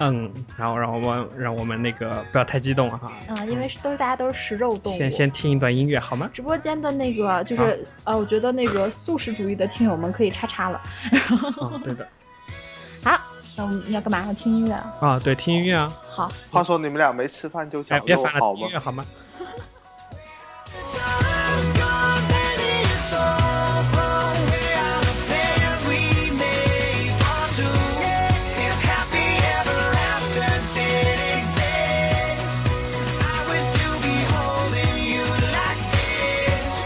嗯，然后让我们让我们那个不要太激动了哈，嗯，因为是都是大家都是食肉动物。先先听一段音乐好吗？ 直播间的那个就是、好呃，我觉得那个素食主义的听友们可以叉叉了。啊，对的， 好，那我们要干嘛？要听音乐啊？啊，对，听音乐 啊，好。话说你们俩没吃饭就哎，讲别肉烦了，好听吗音？乐好吗？ Time's gone, baby, it's all wrong. Where are the plans we made for two? If happy ever after did exist, I would still be holding you like this,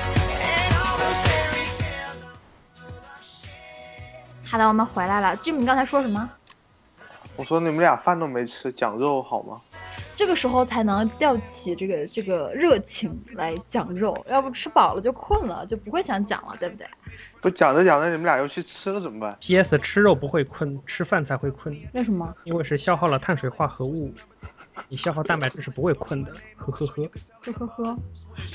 and all those fairy tales. 好的，我们回来了。Jim，你刚才说什么？我说你们俩饭都没吃，讲肉好吗？这个时候才能吊起这个这个热情来讲肉，要不吃饱了就困了，就不会想讲了，对不对？不讲着讲着你们俩又去吃了怎么办？ P.S. 吃肉不会困，吃饭才会困，为什么？因为是消耗了碳水化合物，你消耗蛋白质是不会困的。呵呵呵，呵呵呵。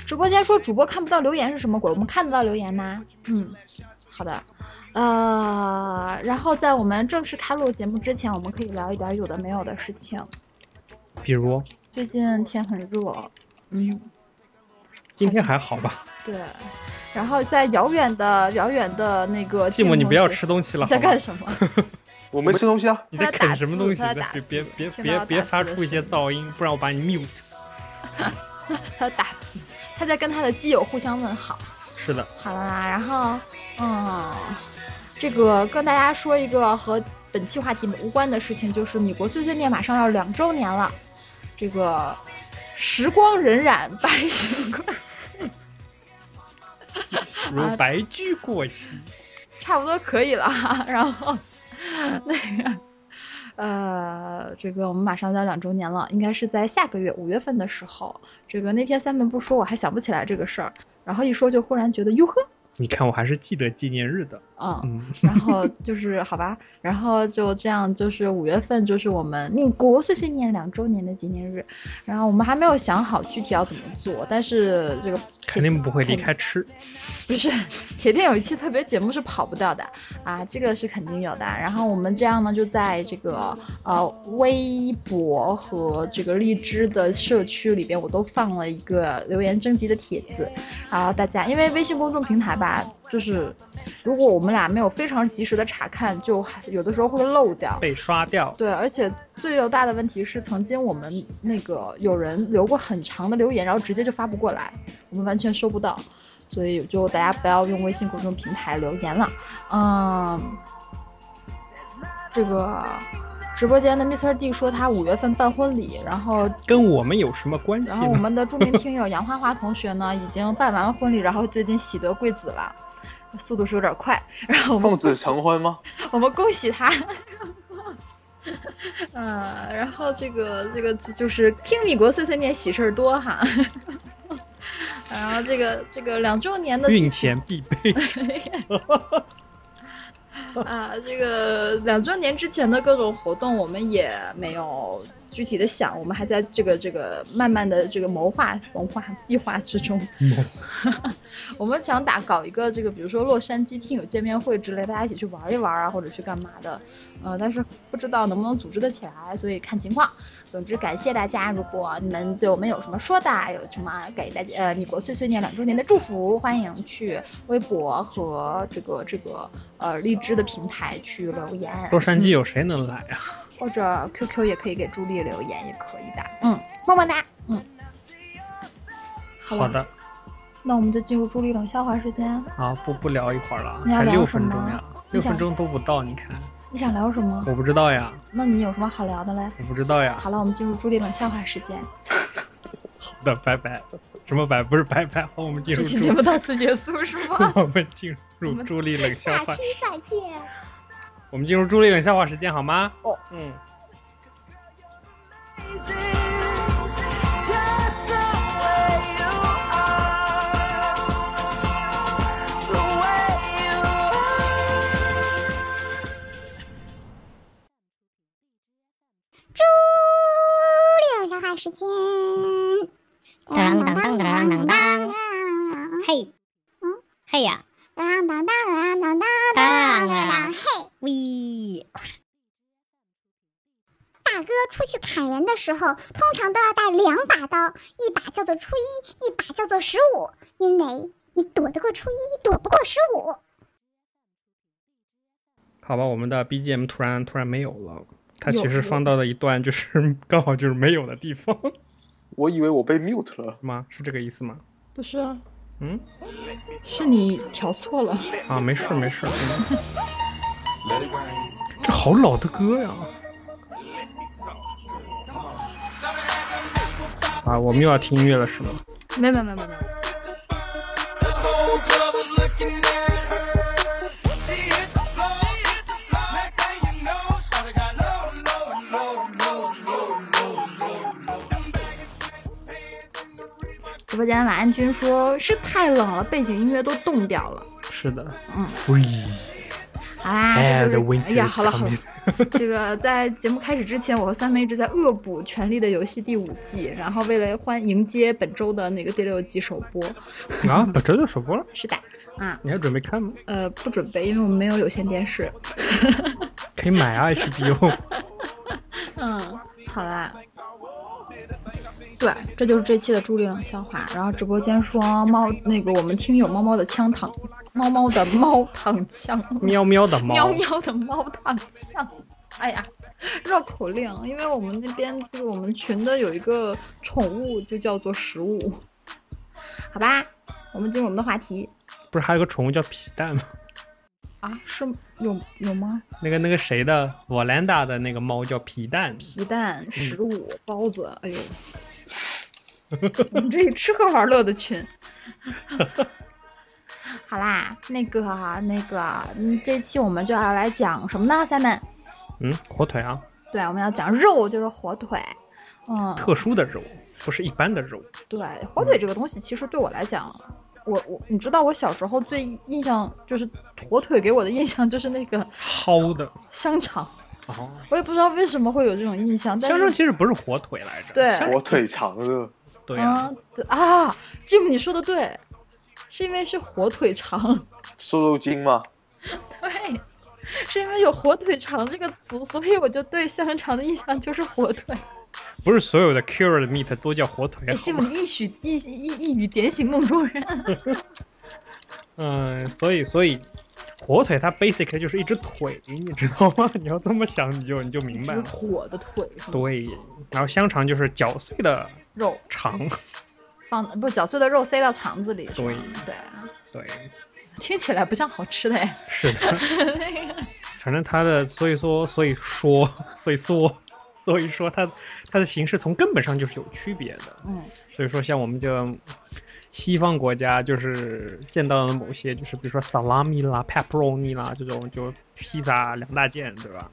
直播间说主播看不到留言是什么鬼？我们看得到留言吗？嗯，好的。呃，然后在我们正式开录节目之前，我们可以聊一点有的没有的事情。比如最近天很热，嗯，今天还好吧？ 对。然后在遥远的遥远的那个寂寞，你不要同学吃东西了，你在好吗干什么？我没吃东西啊，你在他在打啃什么东西字他在呢打？别别别字别别听到发打字的出一些声音噪音，不然我把你 mute。他 打，他在跟他的基友互相问好。是的，好啦，然后，嗯，这个跟大家说一个和本期话题无关的事情，就是米国碎碎念马上要两周年了，这个时光荏苒， 白驹过隙，啊如白驹过隙。差不多可以了 哈。然后，那个。呃，这个我们马上要两周年了，应该是在下个月五月份的时候。这个那天三本不说，我还想不起来这个事儿，然后一说就忽然觉得哟呵，你看，我还是记得纪念日的。嗯， 嗯，然后就是好吧，然后就这样，就是五月份就是我们米国碎碎念两周年的纪念日，然后我们还没有想好具体要怎么做，但是这个肯定不会离开，吃。 不是，铁定有一期特别节目是跑不掉的啊，这个是肯定有的。然后我们这样呢，就在这个呃微博和这个荔枝的社区里边，我都放了一个留言征集的帖子，然后大家因为微信公众平台吧，就是如果我们俩没有非常及时的查看，就还有的时候会漏掉。被刷掉。对，而且最有大的问题是，曾经我们那个有人留过很长的留言，然后直接就发不过来，我们完全收不到，所以就大家不要用微信公众平台留言了。嗯，这个直播间的 Mr. D 说他五月份办婚礼，然后跟我们有什么关系然呢？后我们的著名听友杨花花同学呢，已经办完了婚礼，然后最近喜得贵子了，速度是有点快。然后我奉们子成婚吗？我们恭喜 他。呃，然后这个这个就是听米国碎碎念喜事儿多哈。 然后这个这个两周年 的孕前必备。 啊，这个两周年之前的各种活动，我们也没有具体的想，我们还在这个这个慢慢的这个谋划、谋划、计划之中。 我们想打搞一个这个，比如说洛杉矶听友见面会之类，大家一起去玩一玩啊，或者去干嘛的，呃，但是不知道能不能组织得起来，所以看情况。总之，感谢大家，如果你们对我们有什么说的，啊有什么给大家呃米国碎碎念两周年的祝福，欢迎去微博和这个这个呃荔枝的平台去留言，洛杉矶有谁能来啊？或者 QQ 也可以给朱莉留言，也可以的。嗯，么么哒，嗯。好好吧的，那我们就进入朱莉冷笑话时间。啊，不不聊一会儿了，啊你要才聊六什分钟么呀，你六分想钟都不到，你看，你想聊什么？我不知道呀，那你有什么好聊的嘞？我不知道呀。好了，我们进入朱莉冷笑话时间。好的，拜拜。什么拜？不是拜拜。好，我们进这入期朱节目到此结束是吗？ 我们进我入们朱莉冷笑下话期，再见。我们进入朱莉冷笑话时间好吗？哦，嗯， Just the way you are, the way you are. 猪六小话时间，当当当当当当，嘿，嘿呀，当当当当当当当当当当，嘿，喂，大哥出去砍人的时候，通常都要带两把刀，一把叫做初一，一把叫做十五，因为你躲得过初一，躲不过十五。好吧，我们的 BGM 突然突然没有了，它有其实有放到了一段就是 刚好就是没有的地方，我以为我被 mute 了。吗？是这个意思吗？不是啊，嗯，是你调错了。啊，没事儿没事儿，嗯这好老的歌呀。啊，我们又要听音乐了是吗？ 没有没有没有没有。 The whole club was looking at her. She hit the floor, hit the floor. Next thing you know, shawty got low, low, low, low, low, low, low, low. Them baggy stretch pants and the Reebok 直播间晚安君说，是太冷了，背景音乐都冻掉了。是的嗯， ，Free 好啦， and the 这就是 winter 哎呀， is 好了好了 coming。。 这个在节目开始之前，我和三妹一直在恶补《权力的游戏》第五季，然后为了欢迎接本周的那个第六季首播，啊，把这就首播了，是的，啊，你还准备看吗？呃，不准备，因为我们没有有线电视。可以买啊 ，HBO。嗯，好啦。对，这就是这期的朱莉冷笑话。然后直播间说猫那个我们听友猫猫的枪躺，猫猫的猫躺枪，喵喵的猫，喵喵的猫躺枪。哎呀，绕口令，因为我们那边就是我们群的有一个宠物就叫做食物，好吧？我们进入我们的话题不是还有个宠物叫皮蛋吗？啊，是有有吗？那个那个谁的，瓦兰达的那个猫叫皮蛋，皮蛋、嗯食物、包子， 哎呦，我们这吃喝玩乐的 群。好啦，那个那个，嗯这期我们就要来讲什么呢？三妹，嗯，火腿啊，对，我们要讲肉，就是火腿。嗯，特殊的肉，不是一般的肉。对，火腿这个东西，其实对我来讲，我我你知道，我小时候最印象就是火腿给我的印象就是那个薅的香肠，哦，我也不知道为什么会有这种印象，但香肠是其实不是火腿来着，对香火腿肠热，对啊啊，，对啊，吉姆，你说的对，是因为是火腿肠，瘦肉精嘛，对， 是因为有火腿肠这个词，所以我就对香肠的印象就是火腿。不是所有的 cured meat 都叫火腿，哎好吉吗姆，你一许一一一语点醒梦中人。嗯，所以所以火腿它 basically 就是一只腿，你知道吗？ 你要这么想，你就你就明白就是了。火的腿是吗？对，然后香肠就是绞碎的肉 肠，放不绞碎的肉塞到肠子里是吗，对，对，听起来不像好吃的哎。是的，反正它的所以说所以说所以说所以说它它的形式从根本上就是有区别的。 嗯，所以说，像我们这西方国家，就是见到的某些，就是比如说 salami 啦、pepperoni 啦这种，就披萨两大件，对吧？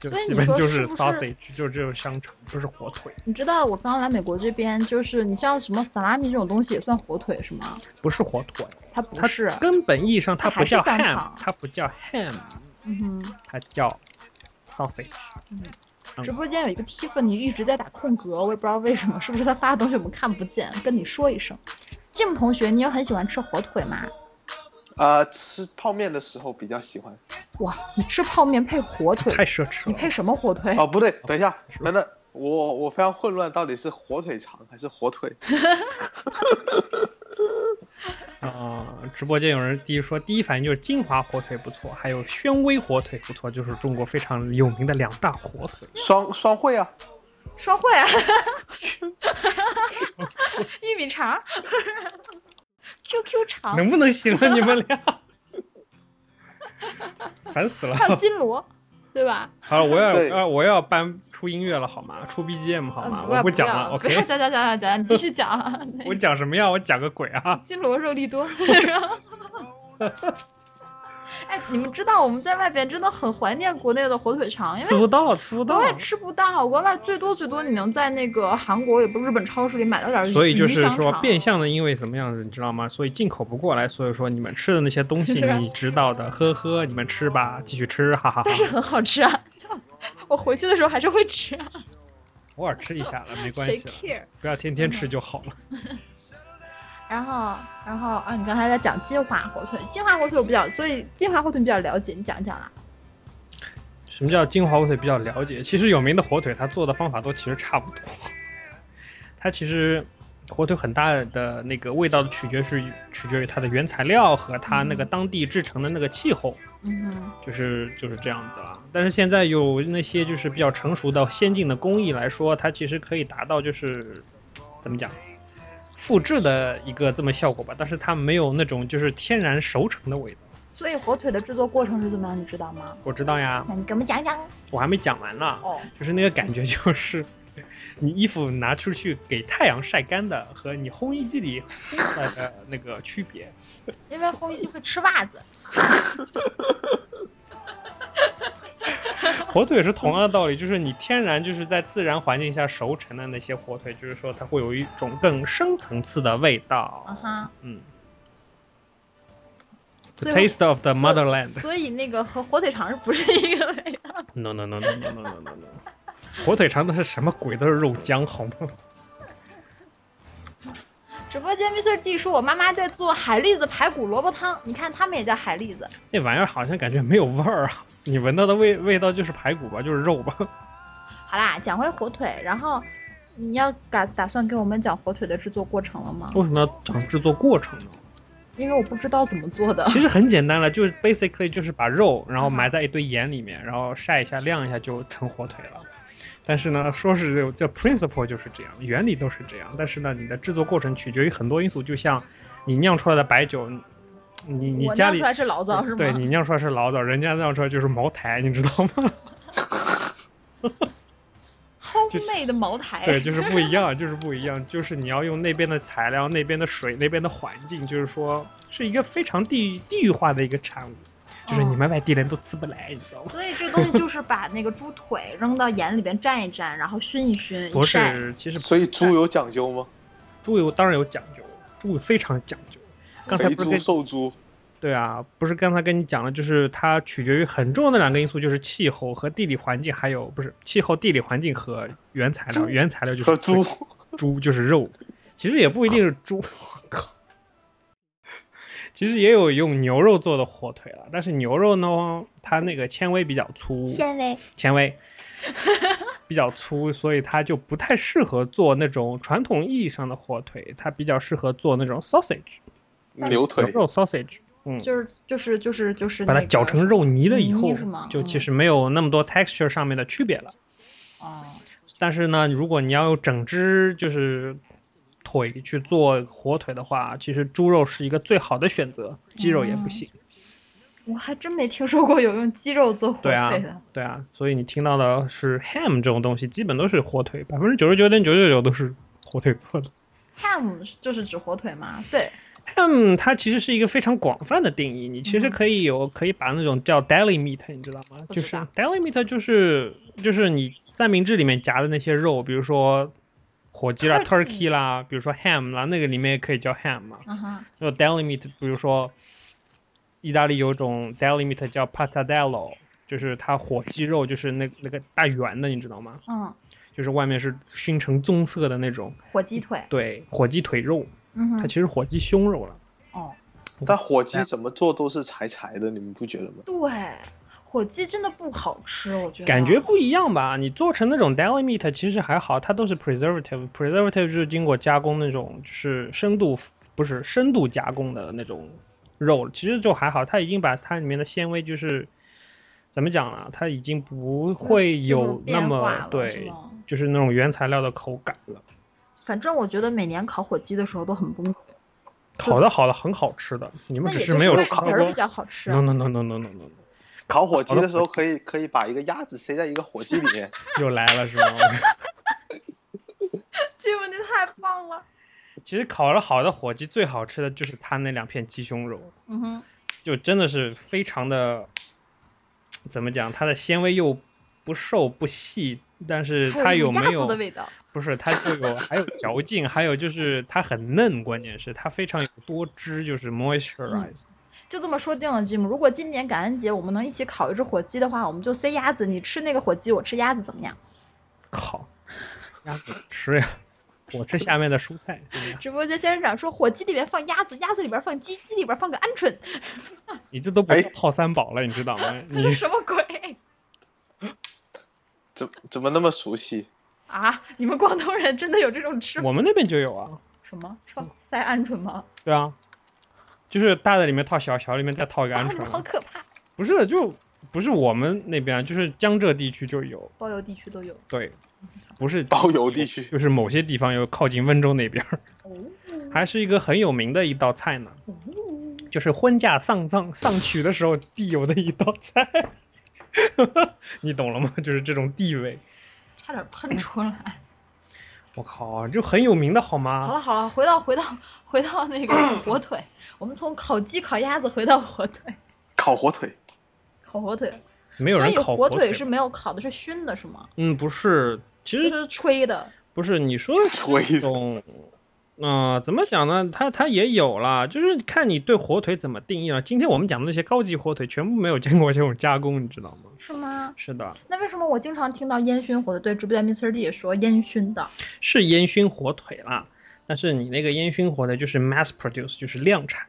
就所以基你本说就是不是 sausage，就只有香肠，不是火腿，你知道我刚来美国这边，就是你像什么萨拉米这种东西也算火腿是吗？不是火腿，它不它是，啊根本意义上它它不还是叫香 ham，肠它不叫 ham，嗯哼。它叫 sausage。嗯直播间有一个 Tiffany 一直在打空格，我也不知道为什么，是不是他发的东西我们看不见？跟你说一声，Jim 同学，你有很喜欢吃火腿吗？呃，吃泡面的时候比较喜欢。哇，你吃泡面配火腿，太奢侈你了，配什么火哎腿？哦，不对，等一下是，吧等等，我我非常混乱，到底是火腿肠还是 火腿？啊、直播间有人第一说，第一反应就是金华火腿不错，还有宣威火腿不错，就是中国非常有名的两大火腿。双双汇啊，双汇，啊 玉米肠，QQ 肠，能不能行了你们 俩？烦死了！还有金锣，对吧？好了，我要对啊，我要搬出音乐了，好吗？出 BGM 好吗？嗯我不讲要了不要，OK？讲讲讲讲讲，你继续讲。 我讲什么呀？我讲个鬼啊！金锣肉 粒多。哎，你们知道我们在外边真的很怀念国内的火腿肠，因吃为不到，吃不国到。外吃不到，国外最多最多你能在那个韩国也不是日本超市里买到点儿所以就鱼是香说，肠变相的因为怎么样子，你知道吗？所以进口不过来，所以说你们吃的那些东 西，是吧你知道的，呵呵，你们吃吧，继续吃，哈哈哈 但。是很好吃啊，就我回去的时候还是会吃啊，偶尔吃一下了，没关谁系啊了， care？不要天天吃就好了。然后，然后啊，你刚才在讲金华火腿，金华火腿我比较，所以金华火腿比较了解，你讲讲啊。什么叫金华火腿比较了解？其实有名的火腿，它做的方法都其实差不多。 它其实火腿很大的那个味道取决是取决于它的原材料和它那个当地制成的那个气候，嗯哼，就是就是这样子了。但是现在有那些就是比较成熟的先进的工艺来说，它其实可以达到就是怎么讲？复制的一个这么效果吧，但是它没有那种就是天然熟成的味道。所以火腿的制作过程是怎么样，你知道吗？我知道呀，那你给我们讲讲。我还没讲完呢。哦，就是那个感觉，就是 你衣服拿出去给太阳晒干的和你烘衣机里 烘出来的那个区别。因为烘衣机会吃袜子。火腿是同样的道理，就是你天然就是在自然环境下熟成的那些火腿，就是说它会有一种更深层次的味啊道。哈。嗯。The 所以 taste of the 所 motherland. 所以那个和火腿肠是不是一个味道？ No no no no no no no no, no. 火腿肠那是什么鬼？都是肉浆好吗？ 直播间 Mr D 说，我妈妈在做海蛎子排骨萝卜汤，你看他们也叫海蛎子。那玩意儿好像感觉没有味儿啊！你闻到的味味道就是排骨吧，就是肉吧。好啦，讲回火腿，然后你要打打算给我们讲火腿的制作过程了吗？为什么要讲制作过程呢？因为我不知道怎么做的。其实很简单了，就是 basically 就是把肉，嗯然后埋在一堆盐里面，然后晒一下晾一下就成火腿了。但是呢，说是有这 principle 就是这样，原理都是这样。但是呢，你的制作过程取决于很多因素，就像你酿出来的白酒，你你我家酿里出来是醪糟是吗？对你酿出来是醪糟，人家酿出来就是茅台，你知道吗？ homemade 的茅台。对，就是不一样，就是不一样，就是你要用那边的材料、那边的水、那边的环境，就是说是一个非常地地域化的一个产物，就是你们外地人都吃不来，你知道吗？所以这东西就是把那个猪腿扔到盐里边蘸一蘸，然后熏一熏，一不晒是，其实所以猪有讲究吗？猪油当然有讲究，猪油非常讲究。刚才肥不是猪、跟瘦猪，对啊，不是刚才跟你讲了，就是它取决于很重要的两个因素，就是气候和地理环境，还有不是气候、地理环境和原材料，原材料就是和猪水猪就是肉，其实也不一定是猪，我靠，其实也有用牛肉做的火腿了，但是牛肉呢，它那个纤维比较粗，纤维纤维比较粗，所以它就不太适合做那种传统意义上的火腿，它比较适合做那种 sausage 牛牛腿，肉 sausage，嗯，就是就是就是就是把它那搅个成肉泥了以泥后是吗，就其嗯实没有那么多 texture 上面的区别了。哦，但是呢，如果你要用整只就是腿去做火腿的话，其实猪肉是一个最好的选择，鸡肉也不行。嗯我还真没听说过有用鸡肉做火对啊腿的。，对啊，所以你听到的是 ham 这种东西，基本都是火腿，百分之九十九点九九九都是火腿做的。 ham 就是指火腿吗？对， ham Hm，它其实是一个非常广泛的定义，你其实可以有可以把那种叫 deli meat，你知道吗？嗯不就知是道 deli meat 就是就是你三明治里面夹的那些肉，比如说火鸡啦、 Turkey turkey 啦，比如说 ham 啦，那个里面也可以叫 ham 嘛。啊哈，就 deli meat，比如说意大利有种 deli meat 叫 patadello，就是它火鸡肉就是那那个大圆的，你知道吗？嗯，就是外面是熏成棕色的那种，火鸡腿，对，火鸡腿肉，嗯它哼，其实火鸡胸肉了。哦，嗯但火鸡怎么做都是柴柴的，你们不觉得吗？对，火鸡真的不好吃，我觉得感觉不一样吧？你做成那种 deli meat 其实还好，它都是 preservative，preservative 就是经过加工那种，就是深度不是深度加工的那种肉，其实就还好，它已经把它里面的纤维就是怎么讲呢？它已经不会有那变化么了是对吗，就是那种原材料的口感了。反正我觉得每年烤火鸡的时候都很崩溃，烤的好的很好吃的，你那们只也就是没有味吃皮儿过比。较好吃 No no no no no no no，烤火鸡的时候可以可以把一个鸭子塞在一个火鸡里面， 又来了是吗？这个你太棒了，其实烤了好的火鸡最好吃的就是它那两片鸡胸肉。嗯哼，就真的是非常的，怎么讲？它的纤维又不瘦不细，但是它还有有一种没鸭有子的味道？不是，它就有还有嚼劲，还有就是它很嫩，关键是它非常有多汁，就是嗯 moisturize。就这么说定了，吉姆。如果今年感恩节我们能一起烤一只火鸡的话，我们就塞鸭子，你吃那个火鸡，我吃鸭子，怎么样？靠，鸭子吃呀，我吃下面的蔬菜。怎么样直播间仙人掌说火鸡里边放鸭子，鸭子里边放鸡，鸡里边放个鹌鹑，你这都不哎叫套三宝了，你知道 吗？这你是什么鬼怎怎么那么熟悉？啊？你们广东人真的有这种吃法？我们那边就有啊，什么放塞鹌鹑吗？对啊，就是大的里面套小，小里面再套一个啊，鹌你们鹑好啊。可怕！不是，就不是我们那边，啊就是江浙地区就有。包邮地区都有对，不是包邮地区就是某些地方有靠近温州那边儿，哦，还是一个很有名的一道菜呢，就是婚嫁丧葬丧娶的时候必有的一道菜， 你懂了吗？就是这种地位，差点嗯喷出啊来。我靠，就很有名的好好吗？了好了，回到回到回到 那个火腿，我们从烤鸡、烤鸭子回到火腿，烤火腿，烤火腿。没有人所以烤火腿腿是吧没有烤的，是熏的，是吗？嗯，不是，其就实是吹的。不是你说的 吹这种，嗯、怎么讲呢？它它也有啦，就是看你对火腿怎么定义了。今天我们讲的那些高级火腿，全部没有经过这种加工，你知道吗？是吗？是的，那为什么我经常听到烟熏火腿？对，直播间 Mr. D 也说烟熏的。是烟熏火腿啦，但是你那个烟熏火腿就是 mass produce，就是量产。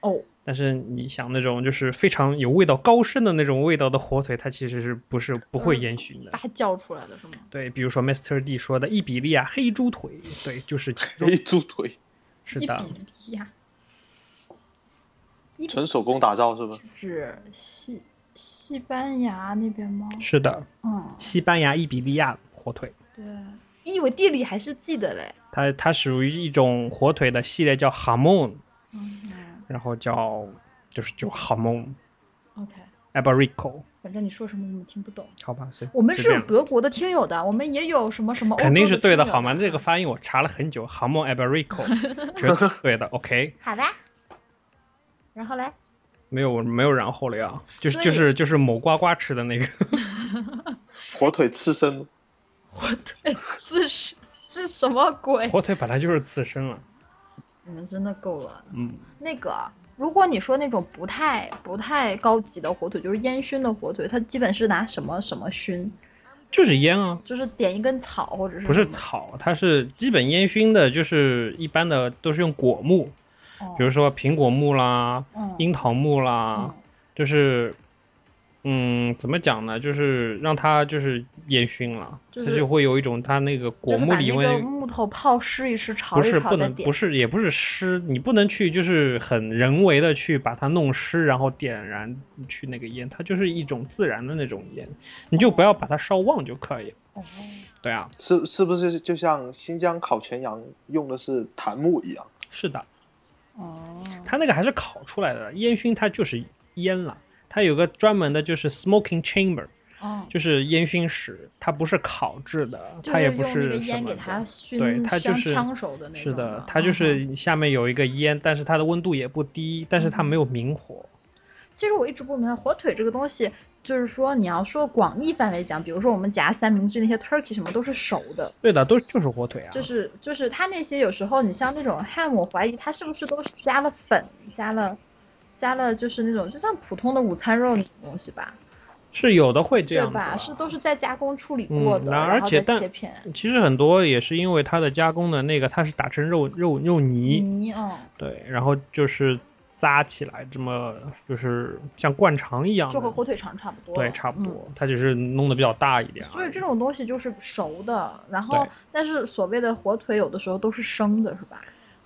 哦，但是你想那种就是非常有味道高深的那种味道的火腿，它其实是不是不会烟熏的把？它叫出来的是吗？对，比如说 Mr. D 说的伊比利亚黑猪腿，对，就是其中黑猪腿，是的，伊比利亚纯手工打造是吧？指西西班牙那边吗？是的，嗯，西班牙伊比利亚火腿，对。咦，我地理还是记得嘞。它它属于一种火腿的系列叫 hamon，嗯然后叫就是就 hamon ，OK， abarico，反正你说什么我们听不懂。好吧，所以我们是是这有样德国的听友的，我们也有什么什么欧洲肯定是对的的，听友好吗？这个发音我查了很久 h a m o Iberico，绝对是对的。OK，好吧，然后嘞，没有没有然后了呀，就是所以就是就是某呱呱吃的那个，火腿刺身，火腿四十是什么鬼？火腿本来就是刺身了，你们真的够了。嗯，那个，如果你说那种不太不太高级的火腿，就是烟熏的火腿，它基本是拿什么什么熏，就是腌啊，就是点一根草或者是不是什么草，它是基本烟熏的，就是一般的都是用果木，哦比如说苹果木啦、嗯樱桃木啦，嗯就是嗯，怎么讲呢？就是让它就是烟熏了，就它是就会有一种它那个果就是木把里那为个木头泡湿一湿，不炒一是炒不再能点。不是也不是湿，你不能去就是很人为的去把它弄湿，然后点燃去那个烟，它就是一种自然的那种烟，你就不要把它烧旺就可以了。对啊，是是不是就像新疆烤全羊用的是檀木一样？是的，哦，它那个还是烤出来的，烟熏它就是烟了，它有个专门的就是 smoking chamber，哦，就是烟熏室，它不是烤制的，就它也不是用那个是什烟么给的它熏对，它就香是枪手的那是种的的，它就嗯是下面有一个烟，但是它的温度也不低，但是它嗯没有明火。其实我一直不明白火腿这个东西，就是说你要说广义范围讲，比如说我们夹三明治那些 turkey 什么都是熟的，对的，都就是火腿啊，就是就是它那些有时候你像那种汉，我怀疑它是不是都是加了粉，加了加了就是那种就像普通的午餐肉那种东西吧，是有的会这对样子吧？啊是都是在加工处理过嗯，的，然然而后且再但切片其实很多也是因为它的加工的那个，它是打成肉肉肉泥，泥哦，对，然后就是扎起来这么就是像灌肠一样的，就和火腿肠差不多了，对差不嗯多，它只是弄得比较大一点而已。所以这种东西就是熟的，然后啊对但是所谓的火腿有的时候都是生的，是吧？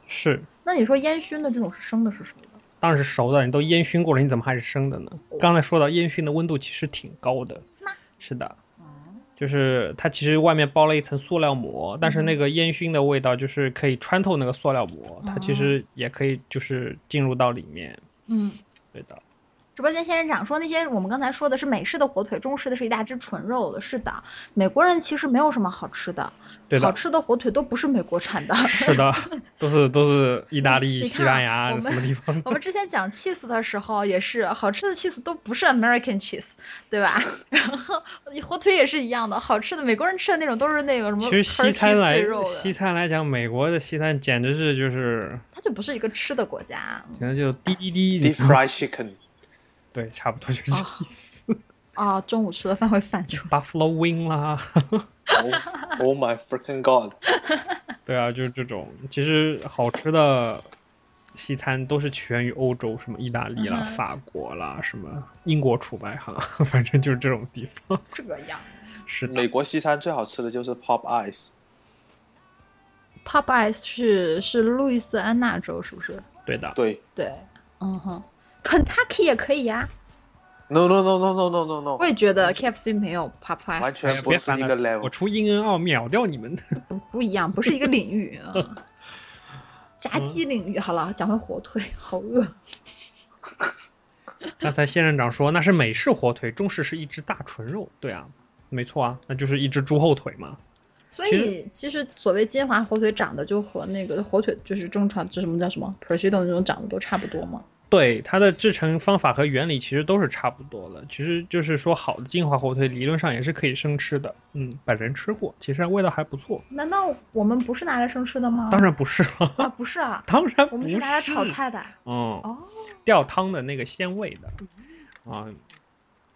是那你说烟熏的这种是生的，是熟的？当然是熟的，你都烟熏过了，你怎么还是生的呢？哦刚才说到烟熏的温度其实挺高的，是吗是的，嗯就是它其实外面包了一层塑料膜，但是那个烟熏的味道就是可以穿透那个塑料膜，它其哦实也可以就是进入到里面。嗯，对的，直播间仙人掌说那些我们刚才说的是美式的火腿，中式的是一大只纯肉的。是的，美国人其实没有什么好吃的，对好的，吃的火腿都不是美国产的。是 的，都是都是意大利、你看西班牙我什们么地方我们之前讲 cheese 的时候也是，好吃的 cheese 都不是 American cheese，对吧？然后火腿也是一样的，好吃的美国人吃的那种都是那个什么其实西 Turkey 餐来碎肉西的，餐来讲，美国的西餐简直是就是它就不是一个吃的国家。简直就滴滴滴，你 Deep 知道吗 fried chicken， 对，差不多就是这意哦思。啊，中午吃了饭会犯 蠢。Buffalo wing 啦， oh, oh my freaking god！对啊，就是这种。其实好吃的西餐都是起源于欧洲，什么意大利啦、嗯哼法国啦，什么英国除外哈， 反正就是这种地方。这个样。是的，美国西餐最好吃的就是 Pop Eyes， Popeyes 是是路易斯安那州是不是？对的。对对，嗯哼，Kentucky 也可以呀、 ，No No No No No No No No，我也觉得 KFC 没有 Popeye 完哎呀全不别是烦一个了，我 level。出英恩奥秒掉你们。 不一样，不是一个领域啊。嗯炸鸡领域好了，讲回火腿， 好饿。刚才仙人掌说那是美式火腿，中式是一只大纯肉。对啊，没错啊，那就是一只猪后腿嘛。所以其实所谓金华火腿长得就和那个火腿就是正常，这什么叫什么 prosciutto 那种长得都差不多嘛。对，它的制成方法和原理其实都是差不多的。其实就是说，好的金华火腿理论上也是可以生吃的。嗯，本人吃过，其实味道还不错。难道我们不是拿来生吃的吗？当然不是啊，了，不是啊， 当然我不们是拿来炒菜的。嗯，哦，嗯吊汤的那个鲜味的。啊、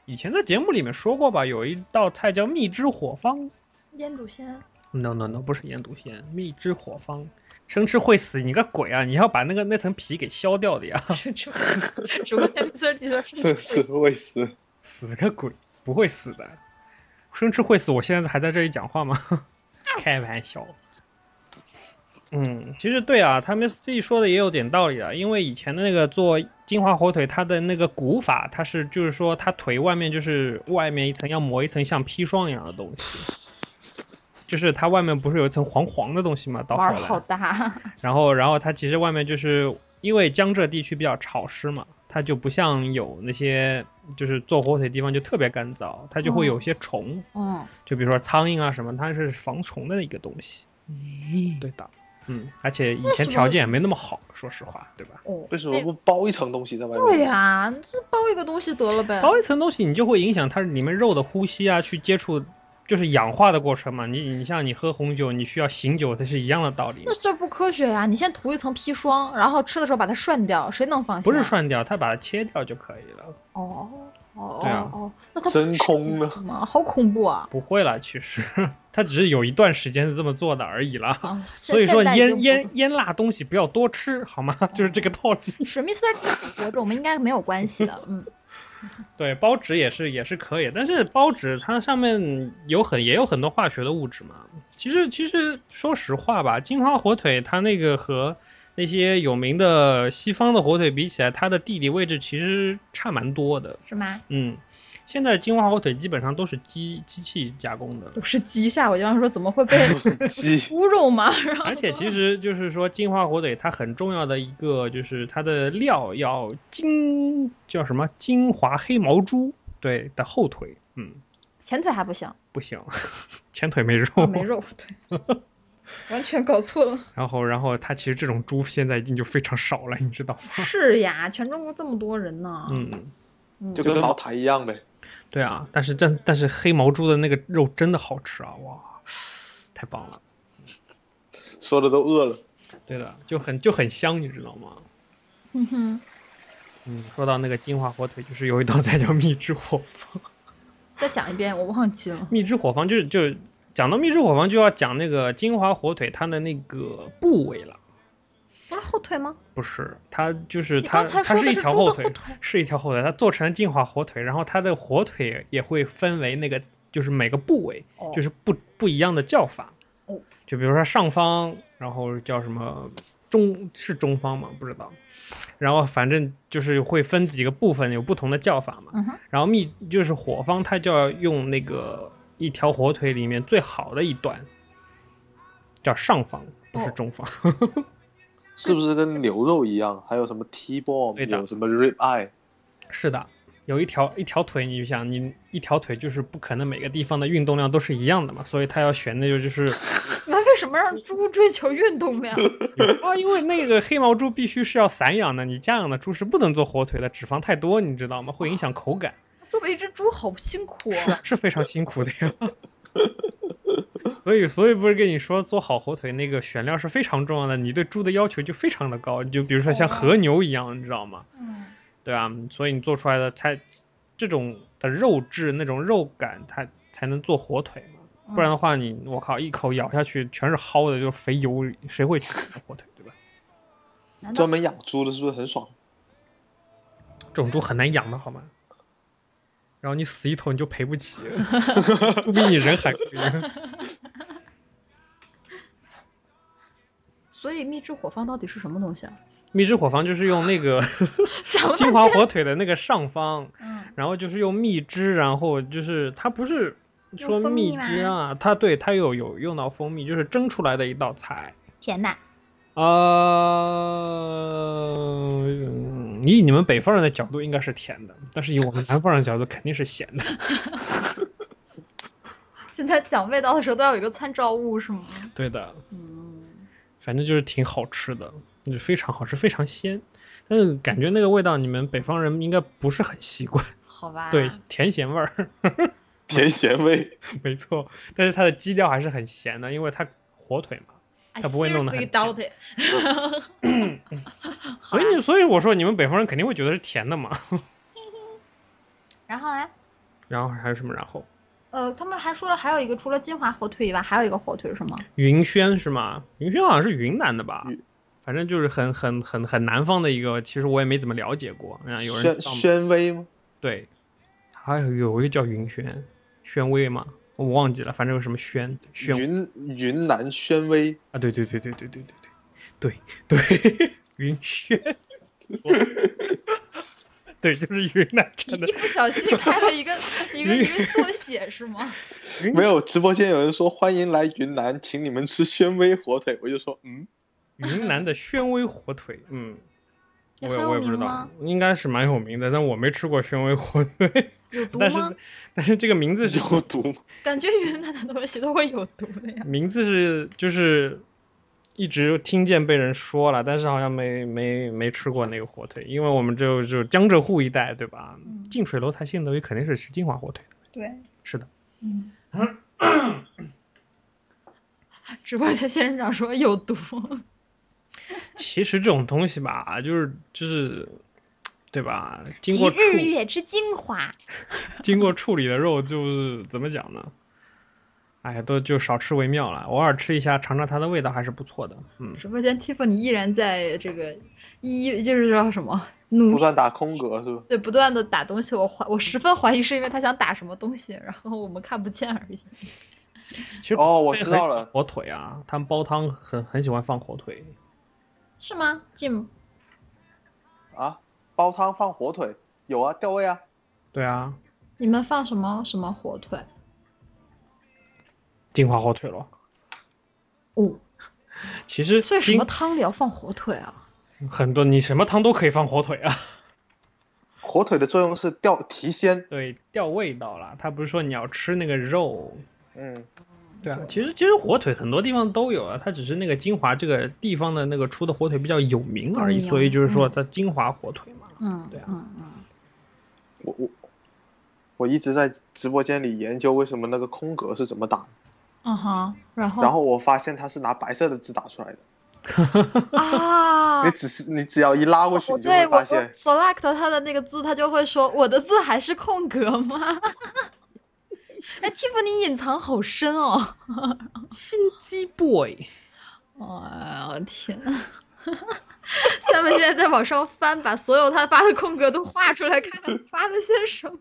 以前在节目里面说过吧，有一道菜叫蜜汁火方。腌笃鲜。 No no no，不是盐笃鲜，蜜汁火方，生吃会死你个鬼啊！你要把那个那层皮给削掉的呀，直播直播间虽然你说是是会是，死个鬼，不会死的，生吃会死，我现在还在这里讲话吗？开玩笑。嗯，其实对啊，他们自己说的也有点道理啊，因为以前的那个做金华火腿，它的那个骨法，它是就是说它腿外面就是外面一层要抹一层像砒霜一样的东西，就是它外面不是有一层黄黄的东西嘛，到后玩儿来好大， 然后，然后它其实外面就是因为江浙地区比较潮湿嘛，它就不像有那些就是做火腿地方就特别干燥，它就会有一些虫，嗯，就比如说苍蝇啊什么，它是防虫的一个东西。对的，嗯，而且以前条件也没那么好，说实话，对吧？哦为什么不包一层东西在外面？对呀、这包一个东西得了呗。包一层东西，你就会影响它里面肉的呼吸啊，去接触。就是氧化的过程嘛，你你像你喝红酒，你需要醒酒，它是一样的道理嘛那。这不科学呀、你先涂一层砒霜，然后吃的时候把它涮掉，谁能放心？啊不是啊涮掉，它把它切掉就可以了。哦哦对啊哦哦，那它不真是空呢什么？好恐 怖啊！不会了，其实他只是有一段时间是这么做的而已了。啊，所以说现在已经腌不腌腌辣东西不 要多吃，好吗？就是这个道理。史密斯的活着，我们应该没有关系的，嗯，对，包纸也是也是可以，但是包纸它上面有很也有很多化学的物质嘛。其实其实说实话吧，金华火腿它那个和那些有名的西方的火腿比起来，它的地理位置其实差蛮多的。是吗？嗯，现在金华火腿基本上都是机机器加工的，都是鸡下，我就想说怎么会被 鸡侮辱嘛？然后 而且 其实就是说金华火腿它很重要的一个就是它的料要金叫什么金华黑毛猪对的后腿，嗯，前腿还不行，不行，前腿没肉，哦没肉，对， 完全搞错了。然后，然后它其实这种猪现在已经就非常少了，你知道吗？ 是呀，全中国这么多人呢。嗯，嗯，就跟茅台一样呗。对啊，但是但但是黑毛猪的那个肉真的好吃啊，哇，太棒了！说的都饿了，对的，就很就很香，你知道吗？哼哼，嗯，说到那个金华火腿，就是有一道菜叫蜜汁火方，再讲一遍，我忘记了。蜜汁火方就是就是讲到蜜汁火方就要讲那个金华火腿它的那个部位了。不是后腿吗？不是，它就是你它，刚才它说是的一是条猪后的腿，后腿是一条后腿，它做成金华火腿，然后它的火腿也会分为那个，就是每个部位，哦就是不不一样的叫法。哦就比如说上方，然后叫什么中是中方吗？不知道。然后反正就是会分几个部分，有不同的叫法嘛。嗯哼，然后密就是火方，它就要用那个一条火腿里面最好的一段，叫上方，不是哦中方。是不是跟牛肉一样？还有什么 T bone，对的有什么 rib eye，是的，有一条一条腿，你就想你一条腿就是不可能每个地方的运动量都是一样的嘛，所以他要选那个就是那为什么让猪追求运动量？啊，因为那个黑毛猪必须是要散养的，你家养的猪是不能做火腿的，脂肪太多，你知道吗？会影响口感， 作为一只猪，好辛苦是啊！是非常辛苦的呀。 所以，所以不是跟你说做好火腿那个选料是非常重要的，你对猪的要求就非常的高，你就比如说像和牛一样，你知道吗？嗯，对啊，所以你做出来的菜，这种的肉质那种肉感，它才能做火腿嘛。不然的话你，我靠，一口咬下去全是蒿的，就是肥油，谁会去吃火腿，对吧？难道专门养猪的，是不是很爽？这种猪很难养的，好吗？然后你死一头你就赔不起，猪比你人还贵。所以蜜汁火方到底是什么东西啊？蜜汁火方就是用那 个讲了半金华天火腿的那个上方，嗯，然后就是用蜜汁，然后就是它不是有说蜂蜜蜜吗汁啊，它对它有有用到蜂蜜，就是蒸出来的一道菜。甜的，呃，嗯以你们北方人的角度应该是甜的，但是以我们南方人的角度肯定是咸的。 现在讲味道的时候都要有一个参照物是吗？对的，嗯，反正就是挺好吃的，就非常好吃，非常鲜。但是感觉那个味道你们北方人应该不是很习惯，好啊吧。对，甜咸味儿， 甜咸味，没错。但是它的基调还是很咸的，因为它火腿嘛。 I 它不会弄得很 seriously doubt it 所好啊以，所以我说你们北方人肯定会觉得是甜的嘛。 然后呢？然后还有什么？然后呃，他们还说了还有一个除了金华火腿以外，还有一个火腿是吗？云轩是吗？云轩好像是云南的吧云？反正就是很很很很南方的一个，其实我也没怎么了解过。啊，有人宣知道吗宣威吗？对，还有有一个叫云轩，轩威嘛，我忘记了，反正有什么轩轩云云南宣威，啊，对对对对对对对对对对，云轩， 对，就是云 南一产的一不小心开 了一个一个你一个缩写是吗？云没有直播间有人说欢迎来云南，请你们吃宣威火腿，我就说嗯，云南的宣威火腿，嗯，我也也很我也有不知名道吗，应该是蛮有名的，但我没吃过宣威火 腿，有毒但是吗？但是这个名字是有毒吗？感觉云南的东西都会有毒的呀。 名字是就是一直听见被人说了，但是好像没没没吃过那个火腿，因为我们就就江浙沪一带对吧？近水楼台先得月，肯定是吃金华火腿。嗯对，是的，嗯。直播间仙人掌说有毒，其实这种东西吧，就是就是，对吧？经集过处日月之精华，经过处理的肉，就是怎么讲呢？哎，都就少吃为妙了，偶尔吃一下，尝尝它的味道还是不错的。嗯，直播间 Tiffany 依然在这个一就是叫什么努嗯不力算打空格是吧？对不断的打东西，我怀我十分怀疑是因为他想打什么东西，然后我们看不见而已。其实哦我北非知很道喜欢了火腿啊，他们煲汤很很喜欢放火腿，是吗，Jim？啊，煲汤放火腿有啊，调味啊，对啊，你们放什么什么火腿？金华火腿咯。哦，其实所以什金么汤里要放火腿啊？很多，你什么汤都可以放火腿啊。 火腿的作用是调提鲜，对，调味道啦，他不是说你要吃那个肉。嗯，对啊，其实其实火腿很多地方都有啊，它只是那个金华这个地方的那个出的火腿比较有名而已，有名所以就是说嗯它金华火腿嘛。嗯，对啊嗯嗯，我我我一直在直播间里研究为什么那个空格是怎么打的，嗯哼，然后然后我发现它是拿白色的字打出来的， 啊你，只是你只要一拉过去，我你就会对我我发现 select 他的那个字，他就会说我的字还是空格吗？哎，Tiffany 隐藏好深哦！心机 boy，哎呀，天呐！三妹现在在往上翻，把所有他发的空格都画出来，看看发了些什么。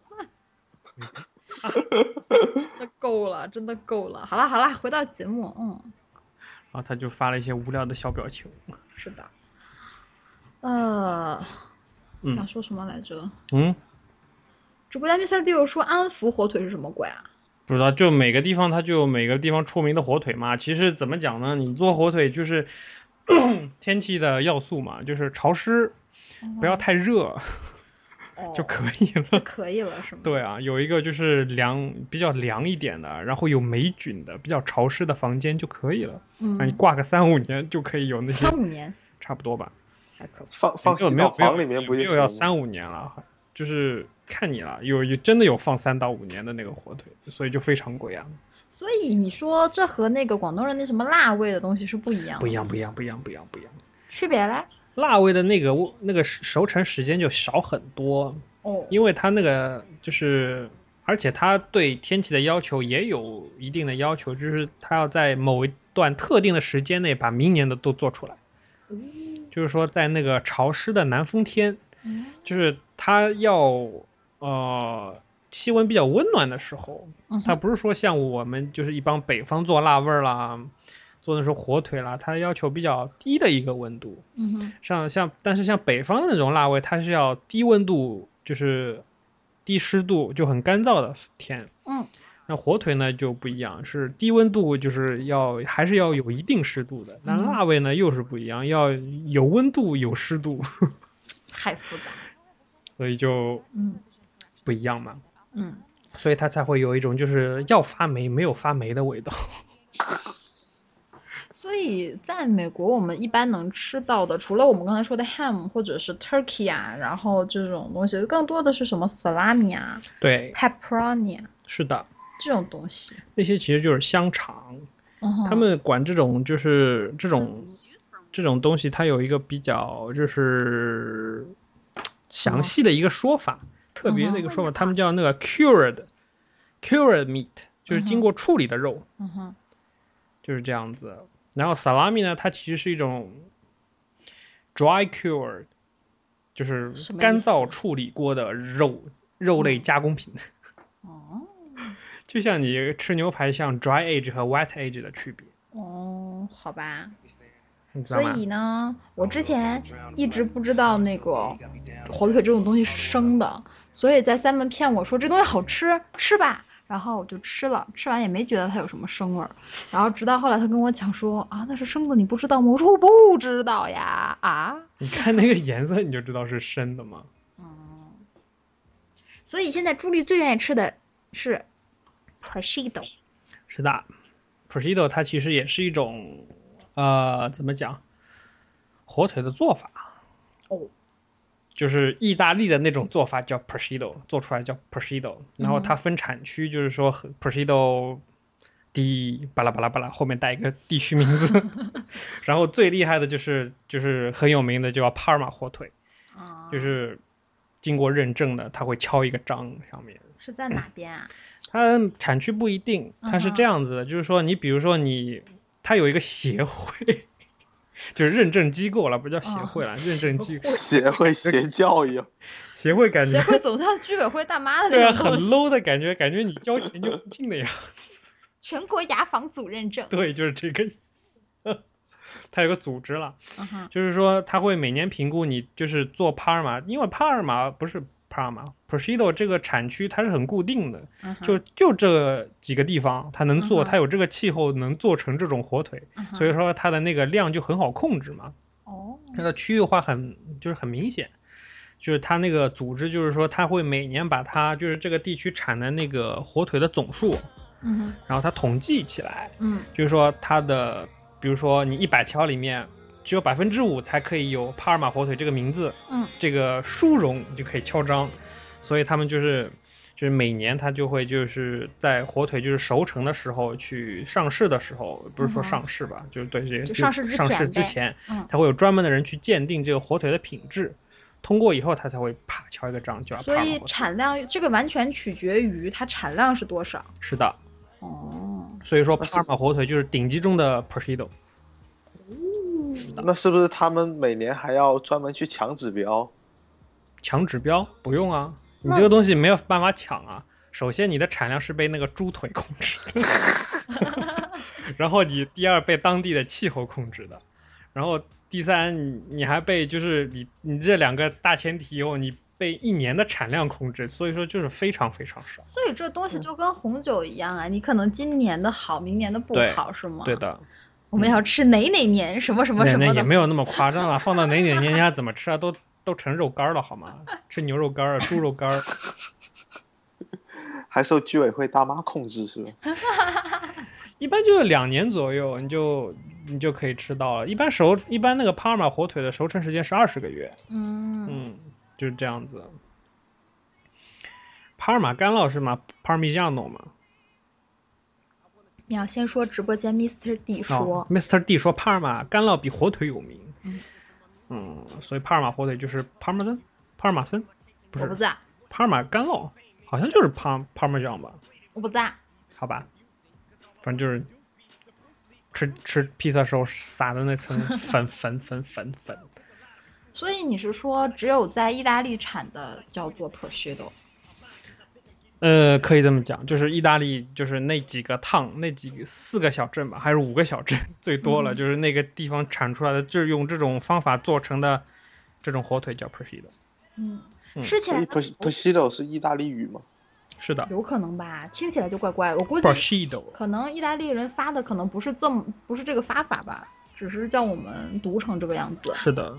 真的够了，真的够了。好啦好啦，回到节目，嗯。然啊后他就发了一些无聊的小表情。是的。呃，想嗯说什么来着？嗯，直播间 Mr. d 说安福火腿是什么鬼啊？不知道，就每个地方它就有每个地方出名的火腿嘛。其实怎么讲呢？你做火腿就是 天气的要素嘛，就是潮湿，不要太热 哦就可以了。就可以了，是吗？对啊，有一个就是凉比较凉一点的，然后有霉菌的、比较潮湿的房间就可以了。那你嗯，挂个三五年就可以哎有那些三，五年差不多吧？还可以。放放没有洗没有澡没有房里面不没有就行要了吗？三五年了，就是看你了。有有真的有放三到五年的那个火腿，所以就非常贵啊。所以你说这和那个广东人那什么辣味的东西是不一样的，不一样，不一样，不一样，不一样，不一样。区别嘞？辣味的那个味那个熟成时间就少很多，哦，因为它那个就是，而且它对天气的要求也有一定的要求，就是它要在某一段特定的时间内把明年的都做出来。就是说，在那个潮湿的南风天，嗯就是它要呃气温比较温暖的时候，嗯它哼，不是说像我们就是一帮北方做辣味儿啦，做那种火腿啦，它要求比较低的一个温度。嗯哼，像像，但是像北方的那种辣味，它是要低温度，就是低湿度，就很干燥的天。嗯，那火腿呢就不一样，是低温度，就是要还是要有一定湿度的。那嗯辣味呢又是不一样，要有温度有湿度， 太复杂，所以就嗯不一样嘛。嗯，所以它才会有一种就是要发霉没有发霉的味道。 所以在美国，我们一般能吃到的，除了我们刚才说的 ham 或者是 turkey 啊，然后这种东西，更多的是什么 salami 啊、对， pepperoni 啊是的，这种东西。那些其实就是香肠，嗯哼他们管这种就是这种这种东西，它有一个比较就是什么详嗯细的一个说法，特别的一个说法，他们叫那个 cured cured meat，就是嗯哼经过处理的肉，嗯哼，就是这样子。然后 salami 呢，它其实是一种 dry cured，就是什么意干思嗯燥处理过的肉肉类加工品， 哦就像你吃牛排像 dry age 和 wet age 的区别，哦，好吧。你知道所吗？以呢，我之前嗯一直不知道那个火腿这种东西是生的，所以在三门骗我说这东西好吃，吃吧。然后我就吃了，吃完也没觉得它有什么生味儿。然后直到后来他跟我讲说啊，那是生的，你不知道吗？我说我不知道呀，啊，你看那个颜色你就知道是生的嘛。嗯，所以现在朱莉最愿意吃的是 prosciutto，是的，prosciutto 它其实也是一种，呃，怎么讲，火腿的做法。哦，就是意大利的那种做法叫 prosciutto，做出来叫 prosciutto，然后它分产区，就是说和 prosciutto 第巴拉巴拉巴拉后面带一个地区名字，然哦后最厉害的就是就是很有名的就叫帕尔马火腿，就是经过认证的，它会敲一个章上面。是在哪边啊？它产区不一定，它是嗯哼这样子的，就是说你比如说你，它有一个协会， 就是认证机构了，不叫协哦会了，认证机构协会邪教一样，协会感协觉会总像居委会大妈的对那啊，种东很西。 low 的感觉，感觉你交钱就能进的呀。 全国牙防组认证。对，就是这个意思， 它有个组织了。嗯哼，就是说他会每年评估你，就是做帕尔玛，因为帕尔玛不是帕尔玛 Prosciutto 这个产区它是很固定的，嗯哼就就这几个地方它能做，嗯哼它有这个气候能做成这种火腿，嗯哼所以说它的那个量就很好控制嘛。哦，它的区域化很就是很明显，就是它那个组织就是说它会每年把它就是这个地区产的那个火腿的总数，嗯哼然后它统计起来，嗯就是说它的，比如说你一百条里面只有百分之五才可以有帕尔马火腿这个名字，嗯，这个殊荣你就可以敲章，所以他们就是就是每年他就会就是在火腿就是熟成的时候去上市的时候，不是说嗯哼上市吧，就是对这就就上市之上前市之呗前，嗯他会有专门的人去鉴定这个火腿的品质。通过以后，他才会啪敲一个章，就要帕所尔马以火腿。产量这个完全取决于它产量是多少。是的，哦，所以说帕尔马火腿就是顶级中的 Prosciutto。那是不是他们每年还要专门去抢指标？抢指标不用啊，你这个东西没有办法抢啊。首先，你的产量是被那个猪腿控制的， 然后你第二被当地的气候控制的，然后第三你你还被就是你你这两个大前提以后，你被一年的产量控制，所以说就是非常非常少。所以这东嗯西就跟红酒一样啊，你可能今年的好，明年的不对好，是吗？对，的，我们要吃哪哪年什么什么那什那么也的。没有那么夸 张了，放到哪哪年家怎么吃啊，都都成肉干了好吗？吃牛肉干儿、啊猪肉干儿。还受居委会大妈控制是吧？一般就是两年左右，你就你就可以吃到了。一般熟，一般那个帕尔玛火腿的熟成时间是二十个月，嗯，嗯，就是这样子。帕尔玛干酪是吗？Parmigiano 嘛。你要先说直播间 Mr. D 哦说， Mr. D 说帕尔玛干酪比火腿有名嗯。嗯，所以帕尔玛火腿就是帕尔马森，帕尔马森，不我是不在，帕尔玛干酪，好像就是帕帕尔玛酱吧？我不在。好吧，反正就是吃吃披萨时候撒的那层粉粉粉粉粉。所以你是说只有在意大利产的叫做 prosciutto？呃，可以这么讲，就是意大利就是那几个烫那几个四个小镇吧，还是五个小镇 最多了，就是那个地方产出来的，就是用这种方法做成的这种火腿叫 prosciutto。嗯，嗯吃起所来以 pros prosciutto 是意大利语吗？是的有可能吧，听起来就怪怪。我估计，prosciutto。可能意大利人发的可能不是这么不是这个发法吧，只是叫我们读成这个样子。是的，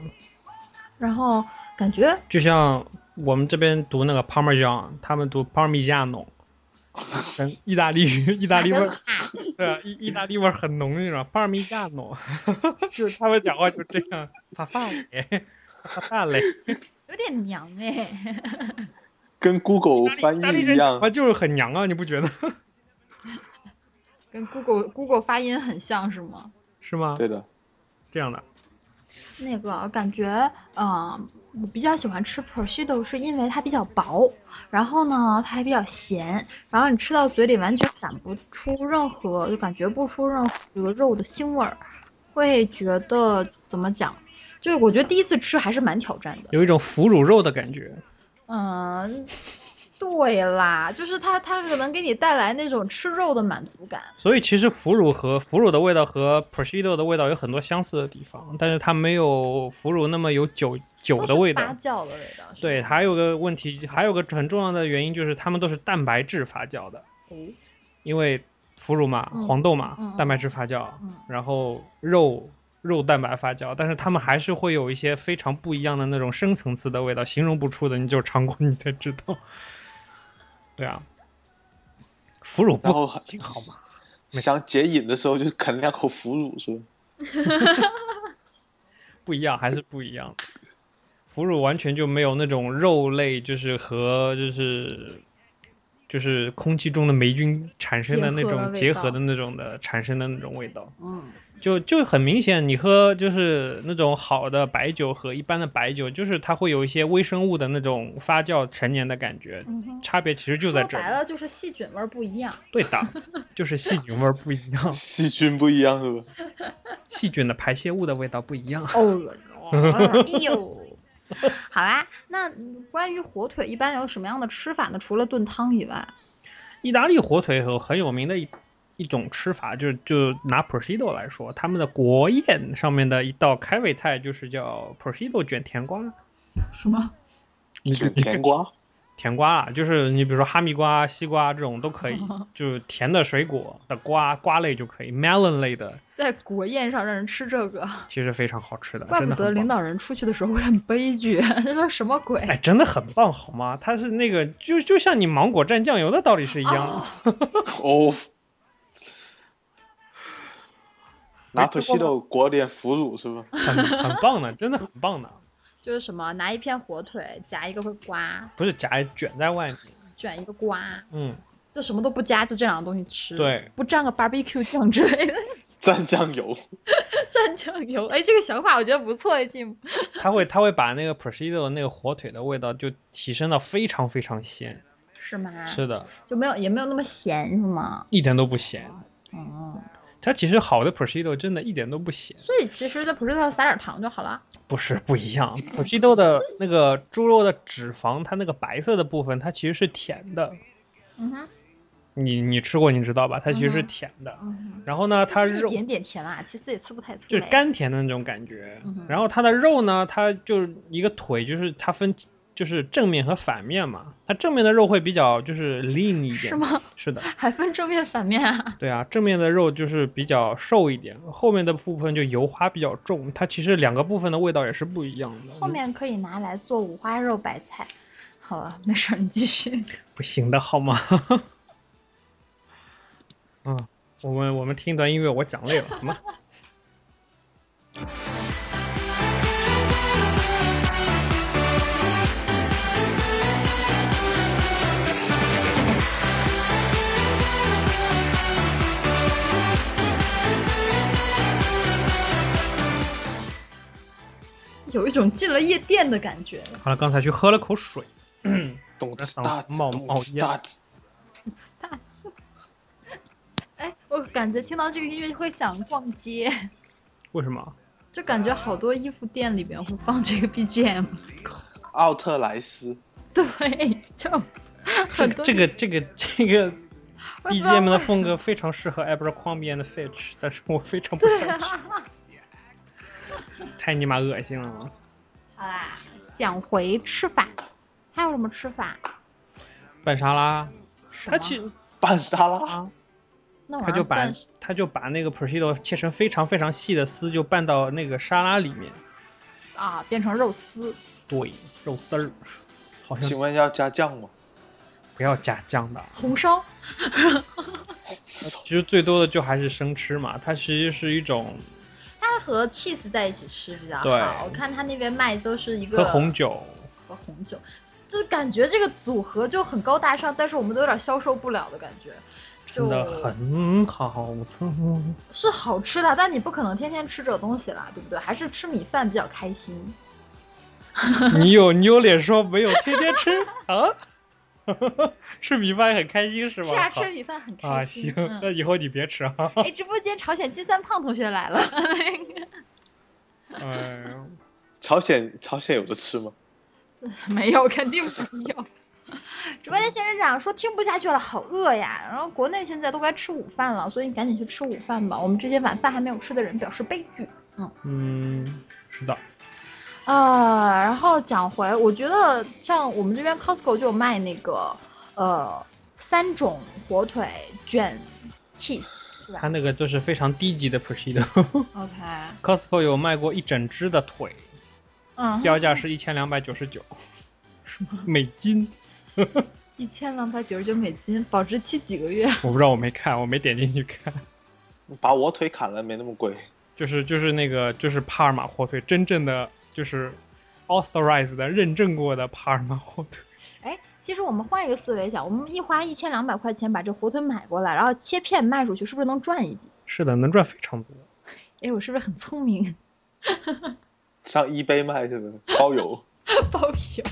然后感觉就像我们这边读那个 parmesan，他们读 parmigiano，跟意大利语意大利味儿，对啊，意意大利味儿很浓那种 parmigiano，就是他们讲话就这样， 发发嘞，发发嘞，有点娘哎。 跟 Google 翻意大利译一人讲样话，就是很娘啊，你不觉得 跟 Google Google 发音很像是吗？是吗？对的。这样的，那个感觉，嗯，我比较喜欢吃 prosciutto 是因为它比较薄，然后呢它还比较咸，然后你吃到嘴里完全感不出任何，就感觉不出任何这个肉的腥味儿，会觉得怎么讲？就是我觉得第一次吃还是蛮挑战的。有一种腐乳肉的感觉。嗯，对啦，就是它它可能给你带来那种吃肉的满足感。所以其实腐乳和腐乳的味道和 prosciutto 的味道有很多相似的地方，但是它没有腐乳那么有酒酒都的是味发道。酵的味道。是对，吧还有个问题，还有个很重要的原因就是它们都是蛋白质发酵的，因为腐乳嘛、嗯黄豆嘛，嗯嗯蛋白质发酵，嗯然后肉肉蛋白发酵，但是它们还是会有一些非常不一样的那种深层次的味道，形容不出的，你只有尝过 你才知道。对啊，腐乳不然后好还听好吗？没想解瘾的时候就啃两口腐乳是吧？不一样，还是不一样的。腐乳完全就没有那种肉类，就是和就是就是空气中的霉菌产生的那种结结合合的味道的那种的产生的那种味道，嗯，就就很明显，你喝就是那种好的白酒和一般的白酒，就是它会有一些微生物的那种发酵陈年的感觉，差别其实就在这嗯说里白。了就是细菌味儿不一样。对的，就是细菌味儿不一样，细菌不一样是吧？细菌的排泄物的味道不一样。 哦，哎呦，好啦，那嗯关于火腿一般有什么样的吃法呢？除了炖汤以外，意大利火腿有很有名的一一种吃法，就就拿 prosciutto 来说，他们的国宴上面的一道开胃菜就是叫 prosciutto 卷甜瓜，什么？一个卷甜瓜，甜瓜啊，就是你比如说哈密瓜、西瓜这种都 可以，就是甜的水果的瓜瓜类就可以，melon 类的 在国宴上让人吃这个，其实非常好吃的，怪啊真不的得很领棒。导人出去的时候会很悲剧， 这都什么鬼？哎，真的很棒，好吗？它是那个，就就像你芒果蘸酱油的道理是一样的。哦， 拿吃过 p o 吗 t 裹点腐乳是吧？很很棒的，真的很棒的，就是什么，拿一片火腿夹一个瓜，不是夹卷在外面。卷一个瓜，嗯，就什么都不加，就这两个东西吃。对，不蘸个 barbecue 酱之类的， 蘸酱油，蘸酱油。哎，这个想法我觉得不错，进步。 它会它会把那个 prosciutto 那个火腿的味道就提升到非常非常鲜。是吗？是的，就没有也没有那么咸是吗？一点都不咸。嗯，它其实好的 prosciutto 真的一点都不咸。所以其实在不是要撒点糖就好了。不是不一样，土鸡豆的那个猪肉的脂肪，它那个白色的部分，它其实是甜的。嗯哼，你你吃过，你知道吧？它其实是嗯甜的。嗯然后呢，它哼，一肉点点甜啦，其实也吃不太出就来。是甘甜的那种感觉嗯哼。然后它的肉呢，它就是一个腿，就是它分就是正面和反面嘛。它正面的肉会比较就是 lean 一点。是吗？是 的，还分正面反面啊？对啊，正面的肉就是比较瘦一点，后面的部分就油花比较重。它其实两个部分的味道也是不一样的。后面可以拿来做五花肉白菜。好了，没事儿，你继续。不行的好吗？ 嗯，我们我们听一段音乐，我讲累了，好吗？ 有一种进了夜店的感觉。好了，刚才去喝了口水，懂吃嗓大子冒冒懂吃烟大子，哎，我感觉听到这个音乐就会想逛街， 为什么？啊就感觉好多衣服店里面会放这个 BGM。奥特莱斯， 对，就这很个多这个这个这个 我也不知道 BGM 的风格非常适合 Abercrombie and Fitch，但是我非常不对想去，啊。太尼玛恶心了嘛！ 好啦，讲回吃法，还有什么吃法？拌沙拉，什它么其实拌沙拉，啊，那玩它意就儿把拌它就把那个 prosciutto 切成非常非常细的丝，就拌到那个沙拉里面，啊变成肉丝，对，肉丝儿，好像请问要加酱吗？不要加酱的。红烧。 其实最多的就还是生吃嘛，它其实是一种它和 cheese 在一起吃比较对好，我看它那边卖都是一喝个红酒，和红酒，就感觉这个组合就很高大上，但是我们都有点消受不了的感觉。真的很好吃。是好吃的，但你不可能天天吃这东西啦，对不对？还是吃米饭比较开心。你有你有脸说没有天天吃啊？ 吃米饭很开心是吗？是啊，好吃米饭很啊开心。嗯行，那以后你别吃啊。 嗯、哎，直播间朝鲜金三胖同学来了。 嗯，朝鲜朝鲜有的吃吗？没有，肯定没有。直播间仙人掌说听不下去了，好饿呀！然后国内现在都该吃午饭了，所以你赶紧去吃午饭吧。我们这些晚饭还没有吃的人表示悲剧。嗯，是的，呃，然后讲回，我觉得像我们这边 Costco 就有卖那个呃三种火腿卷 cheese，是它吧那个就是非常低级的 prosciutto。 ？OK， Costco 有卖过一整只的腿，嗯，标价是一千两百九十 九，什么 美金。一千两百九十九美金，保质期几个月？我不知道，我没看，我没点进去看。把我腿砍了没那么贵，就是就是那个就是帕尔马火腿，真正的就是 authorized 的认证过的帕尔马火腿。哎，其实我们换一个思维想，我们一花一千两百块钱把这火腿买过来，然后切片卖出去，是不是能赚一笔？是的，能赚非常多。哎，我是不是很聪明？ 上 eBay 卖是不是？包 邮。包邮。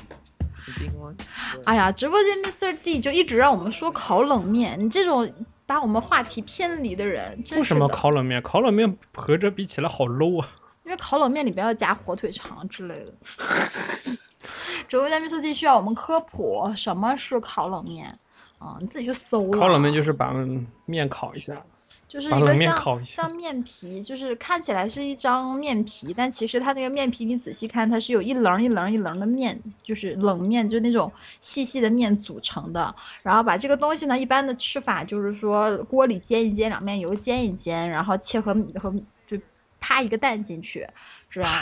哎呀，直播间 Mr D 就一直让我们说烤冷面，你这种把我们话题偏离的人，真为什么是的？烤冷面？烤冷面和这比起来好 low 啊！因为烤冷面里边要加火腿肠之类的。 直播间 Mr D 需要我们科普什么是烤冷面啊、你自己去搜了。烤冷面就是把面烤一下，就是把一个冷面烤像一下像面皮，就是看起来是一张面皮，但其实它那个面皮你仔细看，它是有一棱儿一棱儿一棱儿的面，就是冷面，就是那种细细的面组成的。然后把这个东西呢，一般的吃法就是说锅里煎一煎，两面油煎一煎，然后切和米和米就啪一个蛋进去，这样。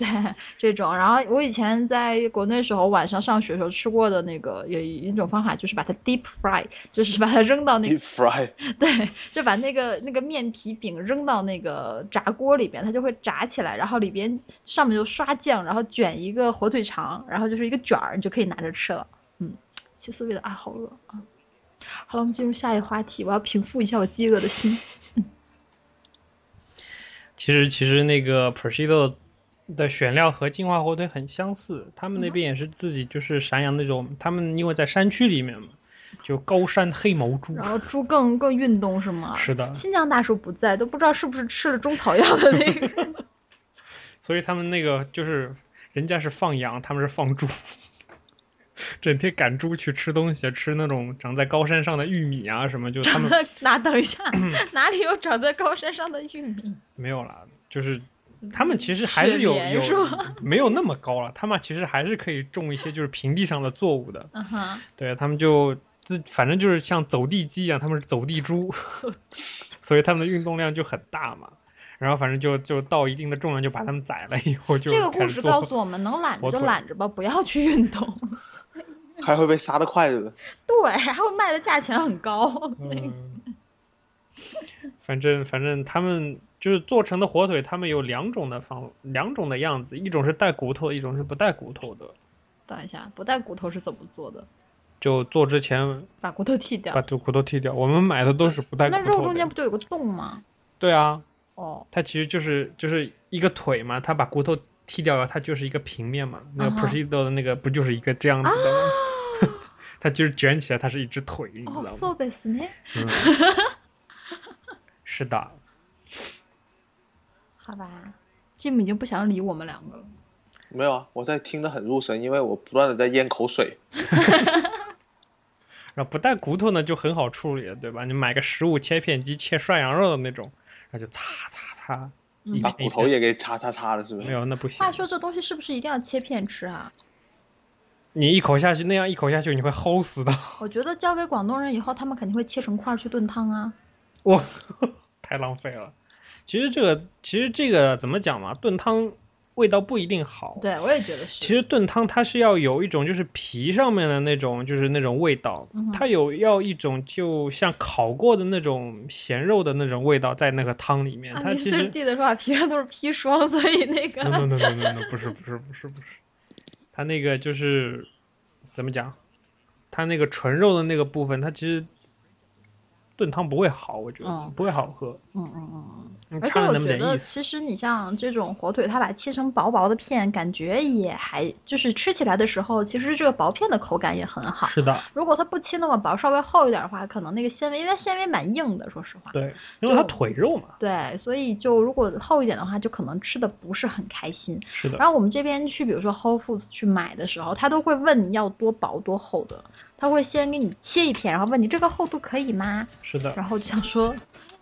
对这种，然后我以前在国内时候晚上上学的时候吃过的那个有一种方法，就是把它 deep fry，就是把它扔到那个 Deep fry，对，就把那个那个面皮饼扔到那个炸锅里边，它就会炸起来，然后里边上面就刷酱，然后卷一个火腿肠，然后就是一个卷儿，你就可以拿着吃了。嗯，其实为了啊，好饿啊。好了，我们进入下一个话题，我要平复一下我饥饿的心。其实其实那个 Prosciutto 的选料和金华火腿很相似，他们那边也是自己就是山羊那种，他们因为在山区里面嘛，就高山黑毛猪。然后猪更更运动是吗？是的新疆大叔不在，都不知道是不是吃了中草药的那 个。所以他们那个就是人家是放羊，他们是放猪， 整天赶猪去吃东西，吃那种长在高山上的玉米啊什么，就他 们那等一下，嗯哪里有长在高山上的玉米？没有啦，就是他们其实还是有雪莲是有吗没有那么高了，他们其实还是可以种一些就是平地上的作物的，嗯哼。对他们就自反正就是像走地鸡一样，他们是走地 猪，所以他们的运动量就很大嘛。然后反正就就到一定的重量就把他们宰了以后就这个开故始事做告诉我们，能懒着火就腿懒着吧，不要去运动。还会被杀得快是不是？ 对，还会卖的价钱很高。嗯， 反正反正他们就是做成的火腿，他们有两种的方两种的样子，一种是带骨头，一种是不带骨头的。等一下，不带骨头是怎么做的？就做之前把骨头剃把掉。这骨头剔掉，我们买的都是不带骨那头的。肉中间不就有个洞吗？对啊，哦，它其实就是就是一个腿嘛，它把骨头剃掉了，它就是一个平面嘛。那个啊 p 哈 r 啊 o s i d o 的那个不就是一个这样子的吗？ 它就是卷起来，它是一只腿，你知道哦吗？ ，so t h i s 呢？嗯是的，好吧，Jim 已经不想理我们两个了。没有啊，我在听得很入神，因为我不断的在咽口水。然后不带骨头呢就很好处理了，对吧？你买个十五切片机切涮羊肉的那种，然后就擦擦擦，嗯一把片骨一头片也给擦擦擦了，是不没是？有，那不行话。说这东西是不是一定要切片吃啊？你一口下去，那样一口下去你会齁死的。我觉得交给广东人以后，他们肯定会切成块儿去炖汤啊。我 太浪费了。其实这个其实这个怎么讲嘛，炖汤味道不一定好。对，我也觉得是。其实炖汤它是要有一种就是皮上面的那种就是那种味道，嗯哼它有要一种就像烤过的那种咸肉的那种味道在那个汤里面。啊它其 Mr. 实 D 的说法皮上都是砒霜，所以那个 no no no no no no 不是不是不是不是，它那个就是怎么讲，它那个纯肉的那个部分，它其实炖汤不会好，我觉得、嗯不会好喝。嗯嗯嗯你嗯，而且差了我那么觉点得，意思。其实你像这种火腿，它把它切成薄薄的片，感觉也还就是吃起来的时候，其实这个薄片的口感也很好。是的，如果它不切那么薄，稍微厚一点的话，可能那个纤维，因为它纤维蛮硬的，说实话。对，因为它就腿肉嘛，对，所以就如果厚一点的话，就可能吃的不是很开心。是的然，后我们这边去，比如说 Whole Foods 去买的时候，他都会问你要多薄多厚的，他会先给你切一片，然后问你这个厚度可以吗？是的，然后就想说，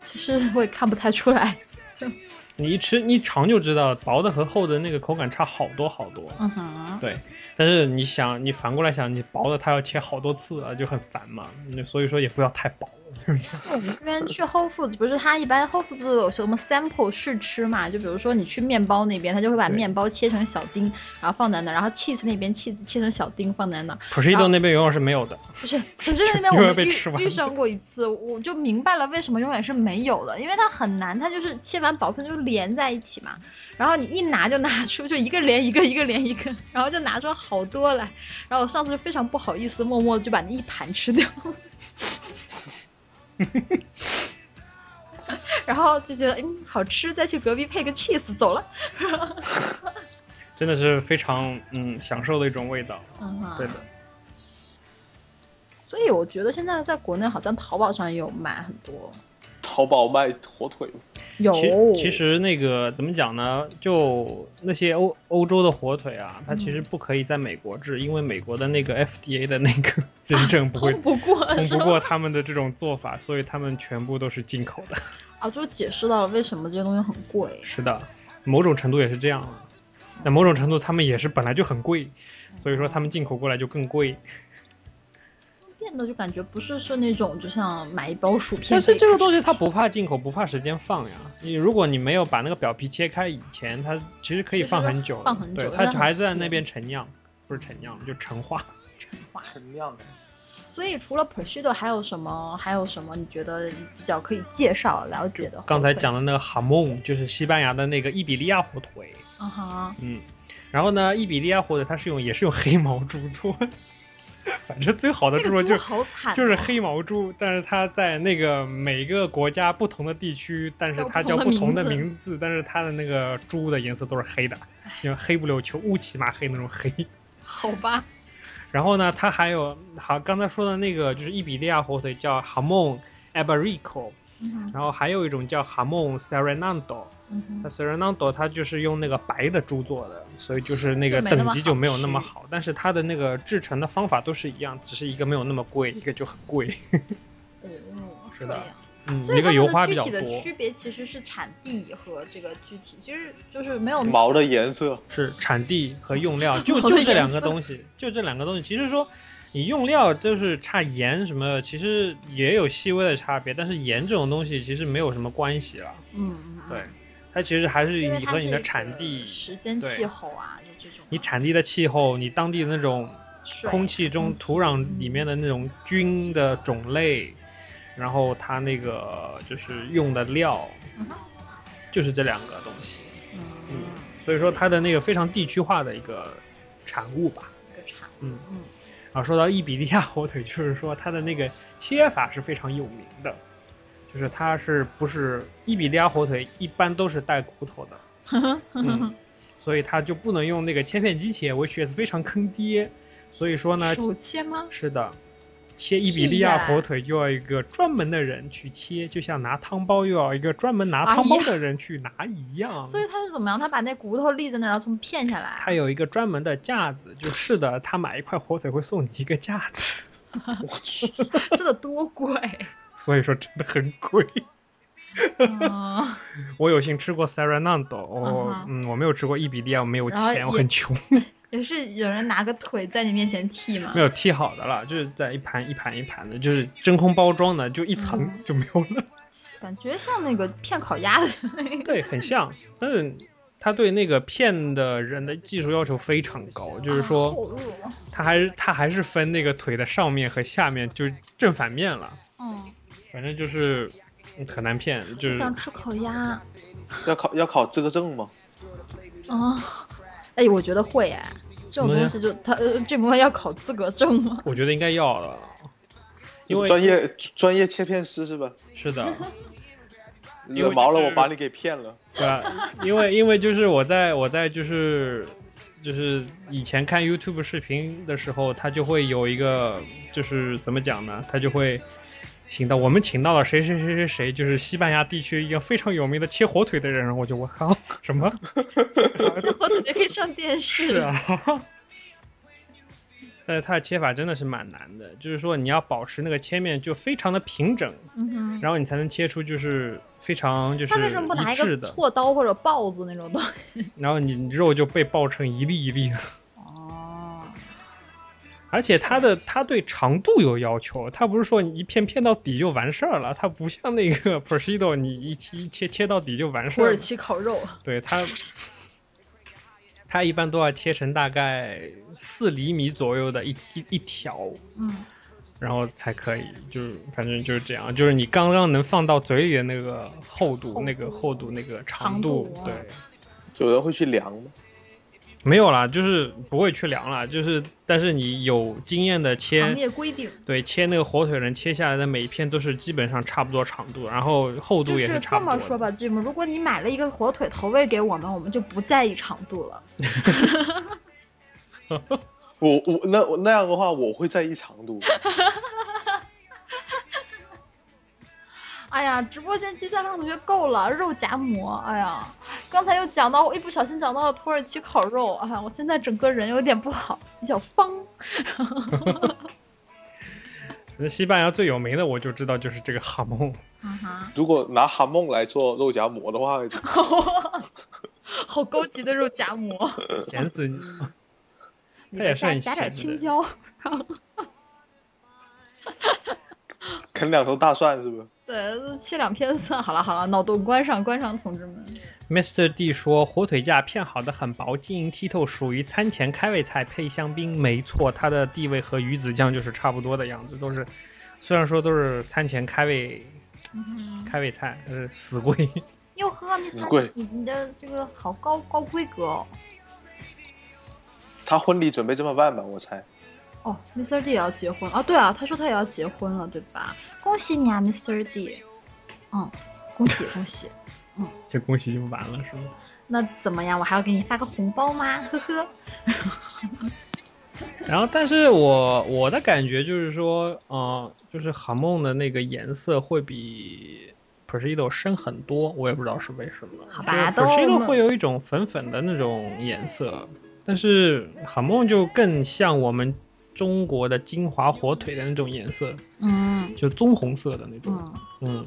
其实我也看不太出来。你一吃你一尝就知道，薄的和厚的那个口感差好多好多。嗯哼，对，但是你想，你反过来想，你薄的它要切好多次啊，就很烦嘛。那所以说也不要太薄，就是这样。我们这边去 Whole Foods 不是它一般 Whole Foods 都有什么 sample 试吃嘛？就比如说你去面包那边，它就会把对面包切成小丁，然后放在那儿；然后 cheese 那边 cheese 切成小丁放在那儿。 Prosciutto 那边永远是没有的，不是，总之 那边永我远们被吃完遇遇的上过一次，我就明白了为什么永远是没有的，因为它很难，它就是切完薄片就连在一起嘛，然后你一拿就拿出就一个连一个一个连一个，然后就拿出好多来，然后我上次就非常不好意思，默默地就把那一盘吃掉， 然后就觉得嗯好吃，再去隔壁配个 cheese 走了，真的是非常嗯享受的一种味道。嗯哼对的，所以我觉得现在在国内好像淘宝上也有卖很多，淘宝卖火腿，有其其实那个怎么讲呢？就那些欧欧洲的火腿啊，它嗯其实不可以在美国制，因为美国的那个 FDA 的那个 认证不会 啊通不过通是不吗过他们的这种做法，所以他们全部都是进口的。啊，就解释到了为什么这些东西很贵。是的，某种程度也是这样啊。那某种程度他们也是本来就很贵，所以说他们进口过来就更贵。变得就感觉不是是那种就像买一包薯片。但是这个东西它不怕进口，不怕时间放呀。你如果你没有把那个表皮切开以前，它其实可以其实放很久的，放很久对，让它它还在吸那边陈酿，不是陈酿，就陈化。陈酿的。所以除了 prosciutto 还有什么？还有什么你觉得比较可以介绍了解的？刚才，讲的那个哈蒙就是西班牙的那个伊比利亚火腿，嗯哼，嗯，然后呢，伊比利亚火腿它是用也是用黑毛猪做的， 反正最好的这猪个肉猪就好惨哦，就是黑毛猪，但是它在那个每个国家不同的地区，但是它叫叫不不同同的的名名字，但是它的那个猪的颜色都是黑的，因为黑不溜秋，乌漆嘛黑那种黑。 好吧？然后呢，它还有好刚才说的那个就是伊比利亚火腿叫 Hamon Iberico，嗯哼然后还有一种叫 Hamon Serenado，嗯哼那 Serenado 它就是用那个白的猪做的，所以就是那就个没那么等级就没有好那么吃好，但是它的那个制成的方法都是一样，只是一个没有那么贵，一个就很贵。哦，是这的样。嗯，所以一它个们油的花具比较体多，的区别其实是产地和这个具体，其实就是没有毛的颜色，是产地和用 料，我就的就颜这两色个东西，就这两个东西。其实说你用料就是差盐什么，其实也有细微的差别，但是盐这种东西其实没有什么关系了。嗯，嗯嗯对，它其实还是因为你它和是你一的个产地、时间、对气候啊，就这种你产地的气候、你当地的那种水嗯空气中、土壤里面的那种菌的种类，然后它那个就是用的料，嗯哼就是这两个东西。嗯嗯，所以说它的那个非常地区化的一个产物吧。这个产嗯，嗯然后说到伊比利亚火腿，就是说它的那个切法是非常有名的，就是它是不是伊比利亚火腿一般都是带骨头 的，嗯，所以它就不能用那个切片机切，which is 非常坑爹。所以说呢，手切吗？是的，切伊比利亚火腿就要一个专门的人去切，就像拿汤包又要一个专门拿哎汤包呀的人去拿一样。哎所以他是怎么样？他把那骨头立在那儿，然后从片下来。它有一个专门的架子，就是的，他买一块火腿会送你一个架子，这得多贵所以说真的很贵。啊！我有幸吃过 Serenando，我、嗯哼嗯，我没有吃过伊比利亚，我没有然后也钱，我很穷，也是有人拿个腿在你面前剃嘛没？有剔好的了，就是在一盘一盘一盘的，就是真空包装的，就一层嗯就没有了。 感觉像那个片烤鸭的那个。对，很像，但是他对那个片的人的技术要求非常高，就是啊好说饿哦他还是他还是分那个腿的上面和下面，就正反面了，嗯，反正就是嗯很难骗，就就是想吃烤鸭啊、要考要考这个证吗？哎，我觉得会哎，这种东西就它呃，这部分要考资格证吗？我觉得应该要了，因为专业专业切片师是吧？是 的。因为惹毛了就是我，把你给骗了。对吧？因为因为就是我在我在就是就是以前看 YouTube 视频的时候，他就会有一个就是怎么讲呢？他就会请到我们请到了谁谁谁谁谁，就是西班牙地区一个非常有名的切火腿的人，然后我就我靠什么？这火腿也可以上电视。是啊。 但是它的切法真的是蛮难的，就是说你要保持那个切面就非常的平整，嗯哼。然后你才能切出就是非常就是他为什么不拿一一致个的。锉刀或者刨子那种东西？然后你肉就被爆成一粒一粒的。哦，而且它的它对长度有要求，它不是说你一片片到底就完事儿了，它不像那个 prosciutto，你一切一切切到底就完事土儿耳了。其烤肉。对它，它一般都要切成大概四厘米左右的一一一条，嗯然后才可以，就是反正就是这样，就是你刚刚能放到嘴里的那个厚度、那个厚度、那个长度，长度啊对，有人会去量吗？没有啦，就是不会去量啦，就是但是你有经验的行切，业规定，对，切那个火腿仁切下来的每一片都是基本上差不多长度，然后厚就度也是差这不多么的。说吧，Jim，如果你买了一个火腿投喂给我们，我们就不在意长度了。我我那我那样的话，我会在意长度。哎呀，直播间鸡蛋饭同学够了，肉夹馍。哎呀，刚才又讲到，我一不小心讲到了土耳其烤肉。哎呀，我现在整个人有点不好，比较方。那西班牙最有名的我就知道就是这个哈蒙，啊如果拿哈梦来做肉夹馍的话， 哈， 好高级的肉夹馍，咸死你！里它也 面是加很加咸点青的椒。啃两头大蒜是不是？对，切两片蒜。好了好了，脑洞关上，关上，同志们。 Mr. D 说，火腿架片好的很薄，晶莹剔透，属于餐前开胃菜，配香槟。没错，它的地位和鱼子酱就是差不多的样子，都是，虽然说都是餐前开胃开胃菜，但是死贵。嗯 哟呵，你死贵你你的这个好高高规格哦。他婚礼准备这么办吧，我猜。哦，Mr. D 也要结婚啊？对啊，他说他也要结婚了，对吧？恭喜你啊，Mr. D。嗯，恭喜恭喜。这恭喜就完了是吗？那怎么样？我还要给你发个红包吗？呵呵。然后，但是我我的感觉就是说，呃，就是韩梦的那个颜色会比 Prosciutto 深很多，我也不知道是为什么。好就吧是都我 Prosciutto 们会有一种粉粉的那种颜色，但是韩梦就更像我们中国的金华火腿的那种颜色，嗯就棕红色的那种。嗯。嗯，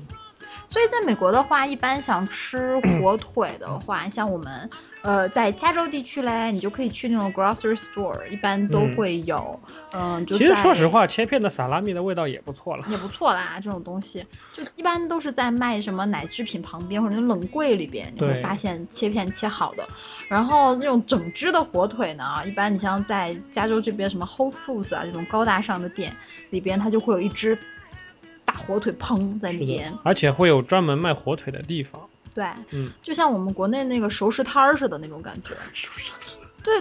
所以在美国的话，一般想吃火腿的话，像我们呃在加州地区嘞，你就可以去那种 grocery store，一般都嗯会有。嗯，就其实说在实话，切片的萨拉米的味道也不错了。也不错啦，这种东西就一般都是在卖什么奶制品旁边或者那冷柜里边，你会对发现切片切好的。然后那种整只的火腿呢，一般你像在加州这边什么 Whole Foods 啊这种高大上的店里边，它就会有一只大火腿烹在是里边的，。而且会有专门卖火腿的地方。对，嗯，就像我们国内那个熟食摊儿似的那种感觉。对，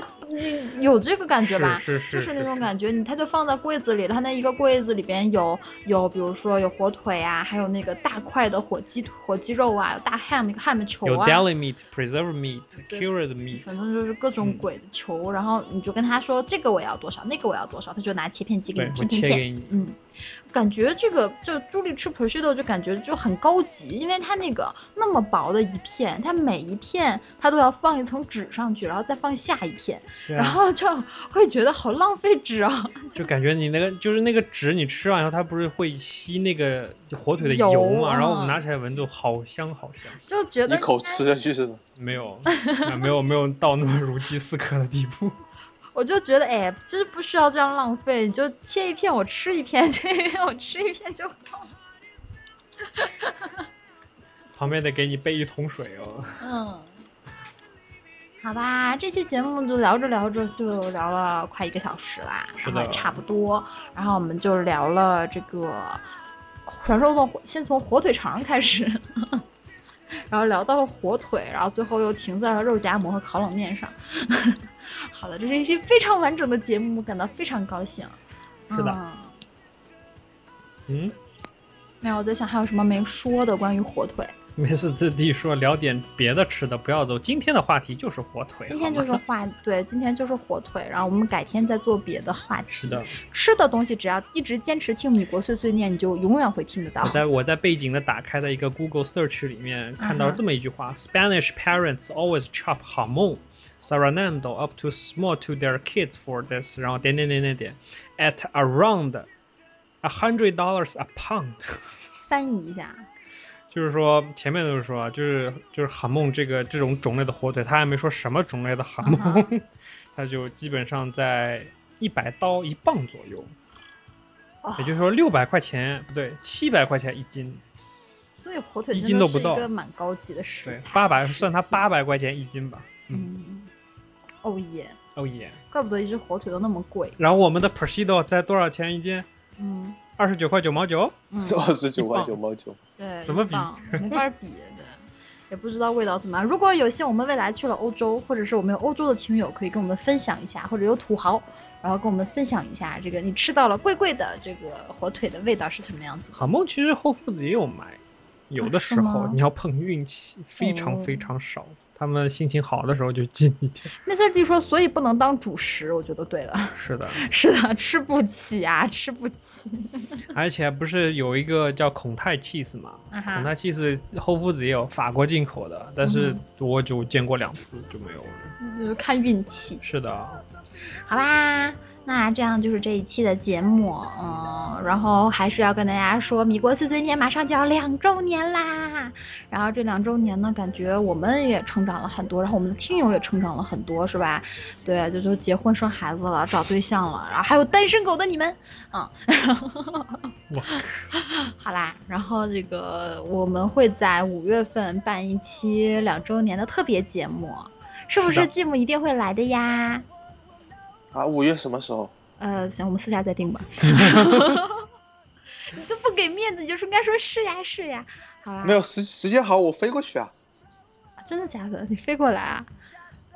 你有这个感觉吧？是是就是是是那种是感觉，你它就放在柜子里，它那一个柜子里边有有，比如说有火腿啊，还有那个大块的火鸡火鸡肉啊，有大 ham 那个 ham 球有啊， deli meat、preserved meat、对 cured meat，反正就是各种嗯鬼球，然后你就跟他说这个我要多少，那个我要多少，他就拿切片机给对你，我片片切片。给你。嗯，感觉这个就朱莉吃 prosciutto 就感觉就很高级，因为它那个那么薄的一片，它每一片它都要放一层纸上去，然后再放下一片，对然啊后就会觉得好浪费纸啊。就感觉你那个就是那个纸，你吃完以后它不是会吸那个就火腿的油油嘛，然后我啊们拿起来闻就好香好香，就觉一得口吃下去是吗？没有啊没有没有到那么如饥似渴的地步。我就觉得，哎，其实不需要这样浪费，你就切一片我吃一片， 切一片我吃一片就好。旁边得给你备一桶水哦。嗯，好吧，这期节目就聊着聊着就聊了快一个小时啦，是然后也的差不多，然后我们就聊了这个传说中火，先从火腿肠开始， 然后聊到了火腿，然后最后又停在了肉夹馍和烤冷面上。 好的，这是一期非常完整的节目，感到非常高兴。是的嗯嗯，没有，我在想还有什么没说的关于火腿。没事，这弟说聊点别的吃的，不要走。今天的话题就是火腿，今天好就吗 是 话，对，今天就是火腿，然后我们改天再做别的话题。是的，吃的东西只要一直坚持听米国碎碎念，你就永远会听得到我。在我在背景的打开的一个 Google search 里面看到嗯哼这么一句话、s p a n i s h parents always chop jamón, saranando up to small to their kids for this，然后点点点点点，at around a hundred dollars a pound， 翻译一下，就是说前面就是说啊就是就是哈梦这个这种种类的火腿，他还没说什么种类的哈嗯梦， 他就基本上在一百刀一磅左右，哦也就是说六百块钱不对，七百块钱一斤。所以火腿一真斤的都是不一到个蛮高级的对食材。，八百算它它八。百块钱一斤吧。嗯，嗯，哦耶，哦耶。怪不得一只火腿都那么贵。然后我们的 prosciutto 在多少钱一斤？嗯二十九块九毛九，嗯，二十九块九毛九，对，怎么一比磅没法比的，也不知道味道怎么样。如果有幸我们未来去了欧洲，或者是我们有欧洲的听友，可以跟我们分享一下，或者有土豪，然后跟我们分享一下这个你吃到了贵贵的这个火腿的味道是什么样子。好梦其实后父子也有卖，有的时啊是候吗你要碰运气，非常哦非常少。他们心情好的时候就进一点。 Mr. D 说，所以不能当主食，我觉得对了。 是的，是的，吃不起啊，吃不起。 而且不是有一个叫孔泰 cheese 嘛？孔啊哈，泰 cheese 后父子也有法国进口的，但是嗯我就见过两次就没有了。就是看运气。是啊的，好吧，那这样就是这一期的节目，嗯，然后还是要跟大家说，米国碎碎念马上就要两周年啦。然后这两周年呢，感觉我们也成长了很多，然后我们的听友也成长了很多，是吧？对，就就结婚生孩子了，找对象了，然后还有单身狗的你们，嗯，我 好啦，然后这个我们会在五月份办一期两周年的特别节目，是不是是的继母一定会来的呀？啊，五月什么时候？呃，行，我们私下再定吧。 你就不给面子，你就是应该说是呀是呀。好啦，没有时时间好，我飞过去啊。真的假的？你飞过来啊？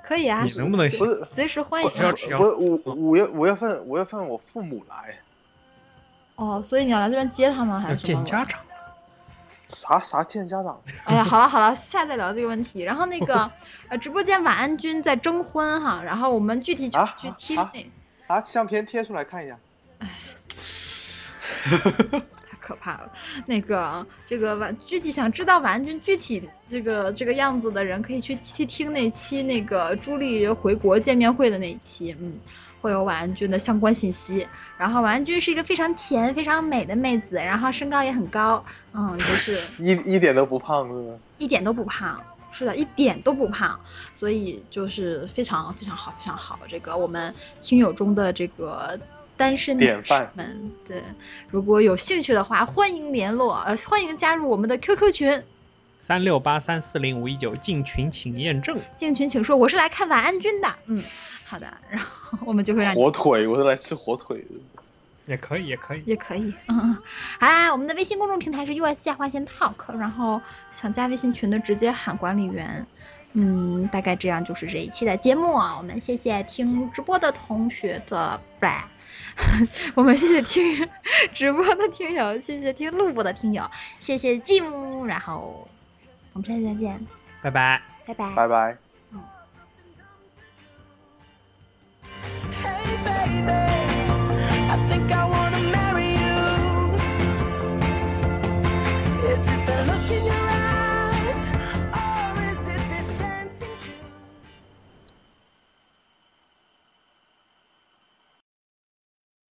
可以啊你，能不能不行？是，随时欢不迎我知道啊。只要不是五五月五月份五月份我父母来，哦，所以你要来这边接他吗？还要是什见么家？长？啥啥见家长，哎呀，好了好了，私下再聊这个问题。然后那 个呃，直播间晚安君在征婚哈，然后我们具体去啊去啊听啊那。把相片贴出来看一下。太可怕了。那个这个完，具体想知道婉安君具体这个这个样子的人，可以去去听那期那个朱莉回国见面会的那一期，嗯。会有婉安君的相关信息，然后婉安君是一个非常甜、非常美的妹子，然后身高也很高，嗯，就是一一点都不胖是吧？一点都不胖，是的，一点都不胖，所以就是非常非常好，非常好。这个我们听友中的这个单身典女士范们，对，如果有兴趣的话，欢迎联络，呃，欢迎加入我们的 QQ 群，三六八三四零五一九，进群请验证。进群请说我是来看晚安君的，嗯，好的，然后我们就会让你火腿，我是来吃火腿的。也可以，也可以。也可以，嗯，嗯，好啦，我们的微信公众平台是 US 下划线 Talk，然后想加微信群的直接喊管理员。嗯，大概这样就是这一期的节目啊，我们谢谢听直播的同学的，不是， 我们谢谢听直播的听友，谢谢听录播的听友，谢谢继母，然后我们下期再见，拜拜。拜拜。拜拜。 Hey baby, I think I wanna marry you. Yes, if I look in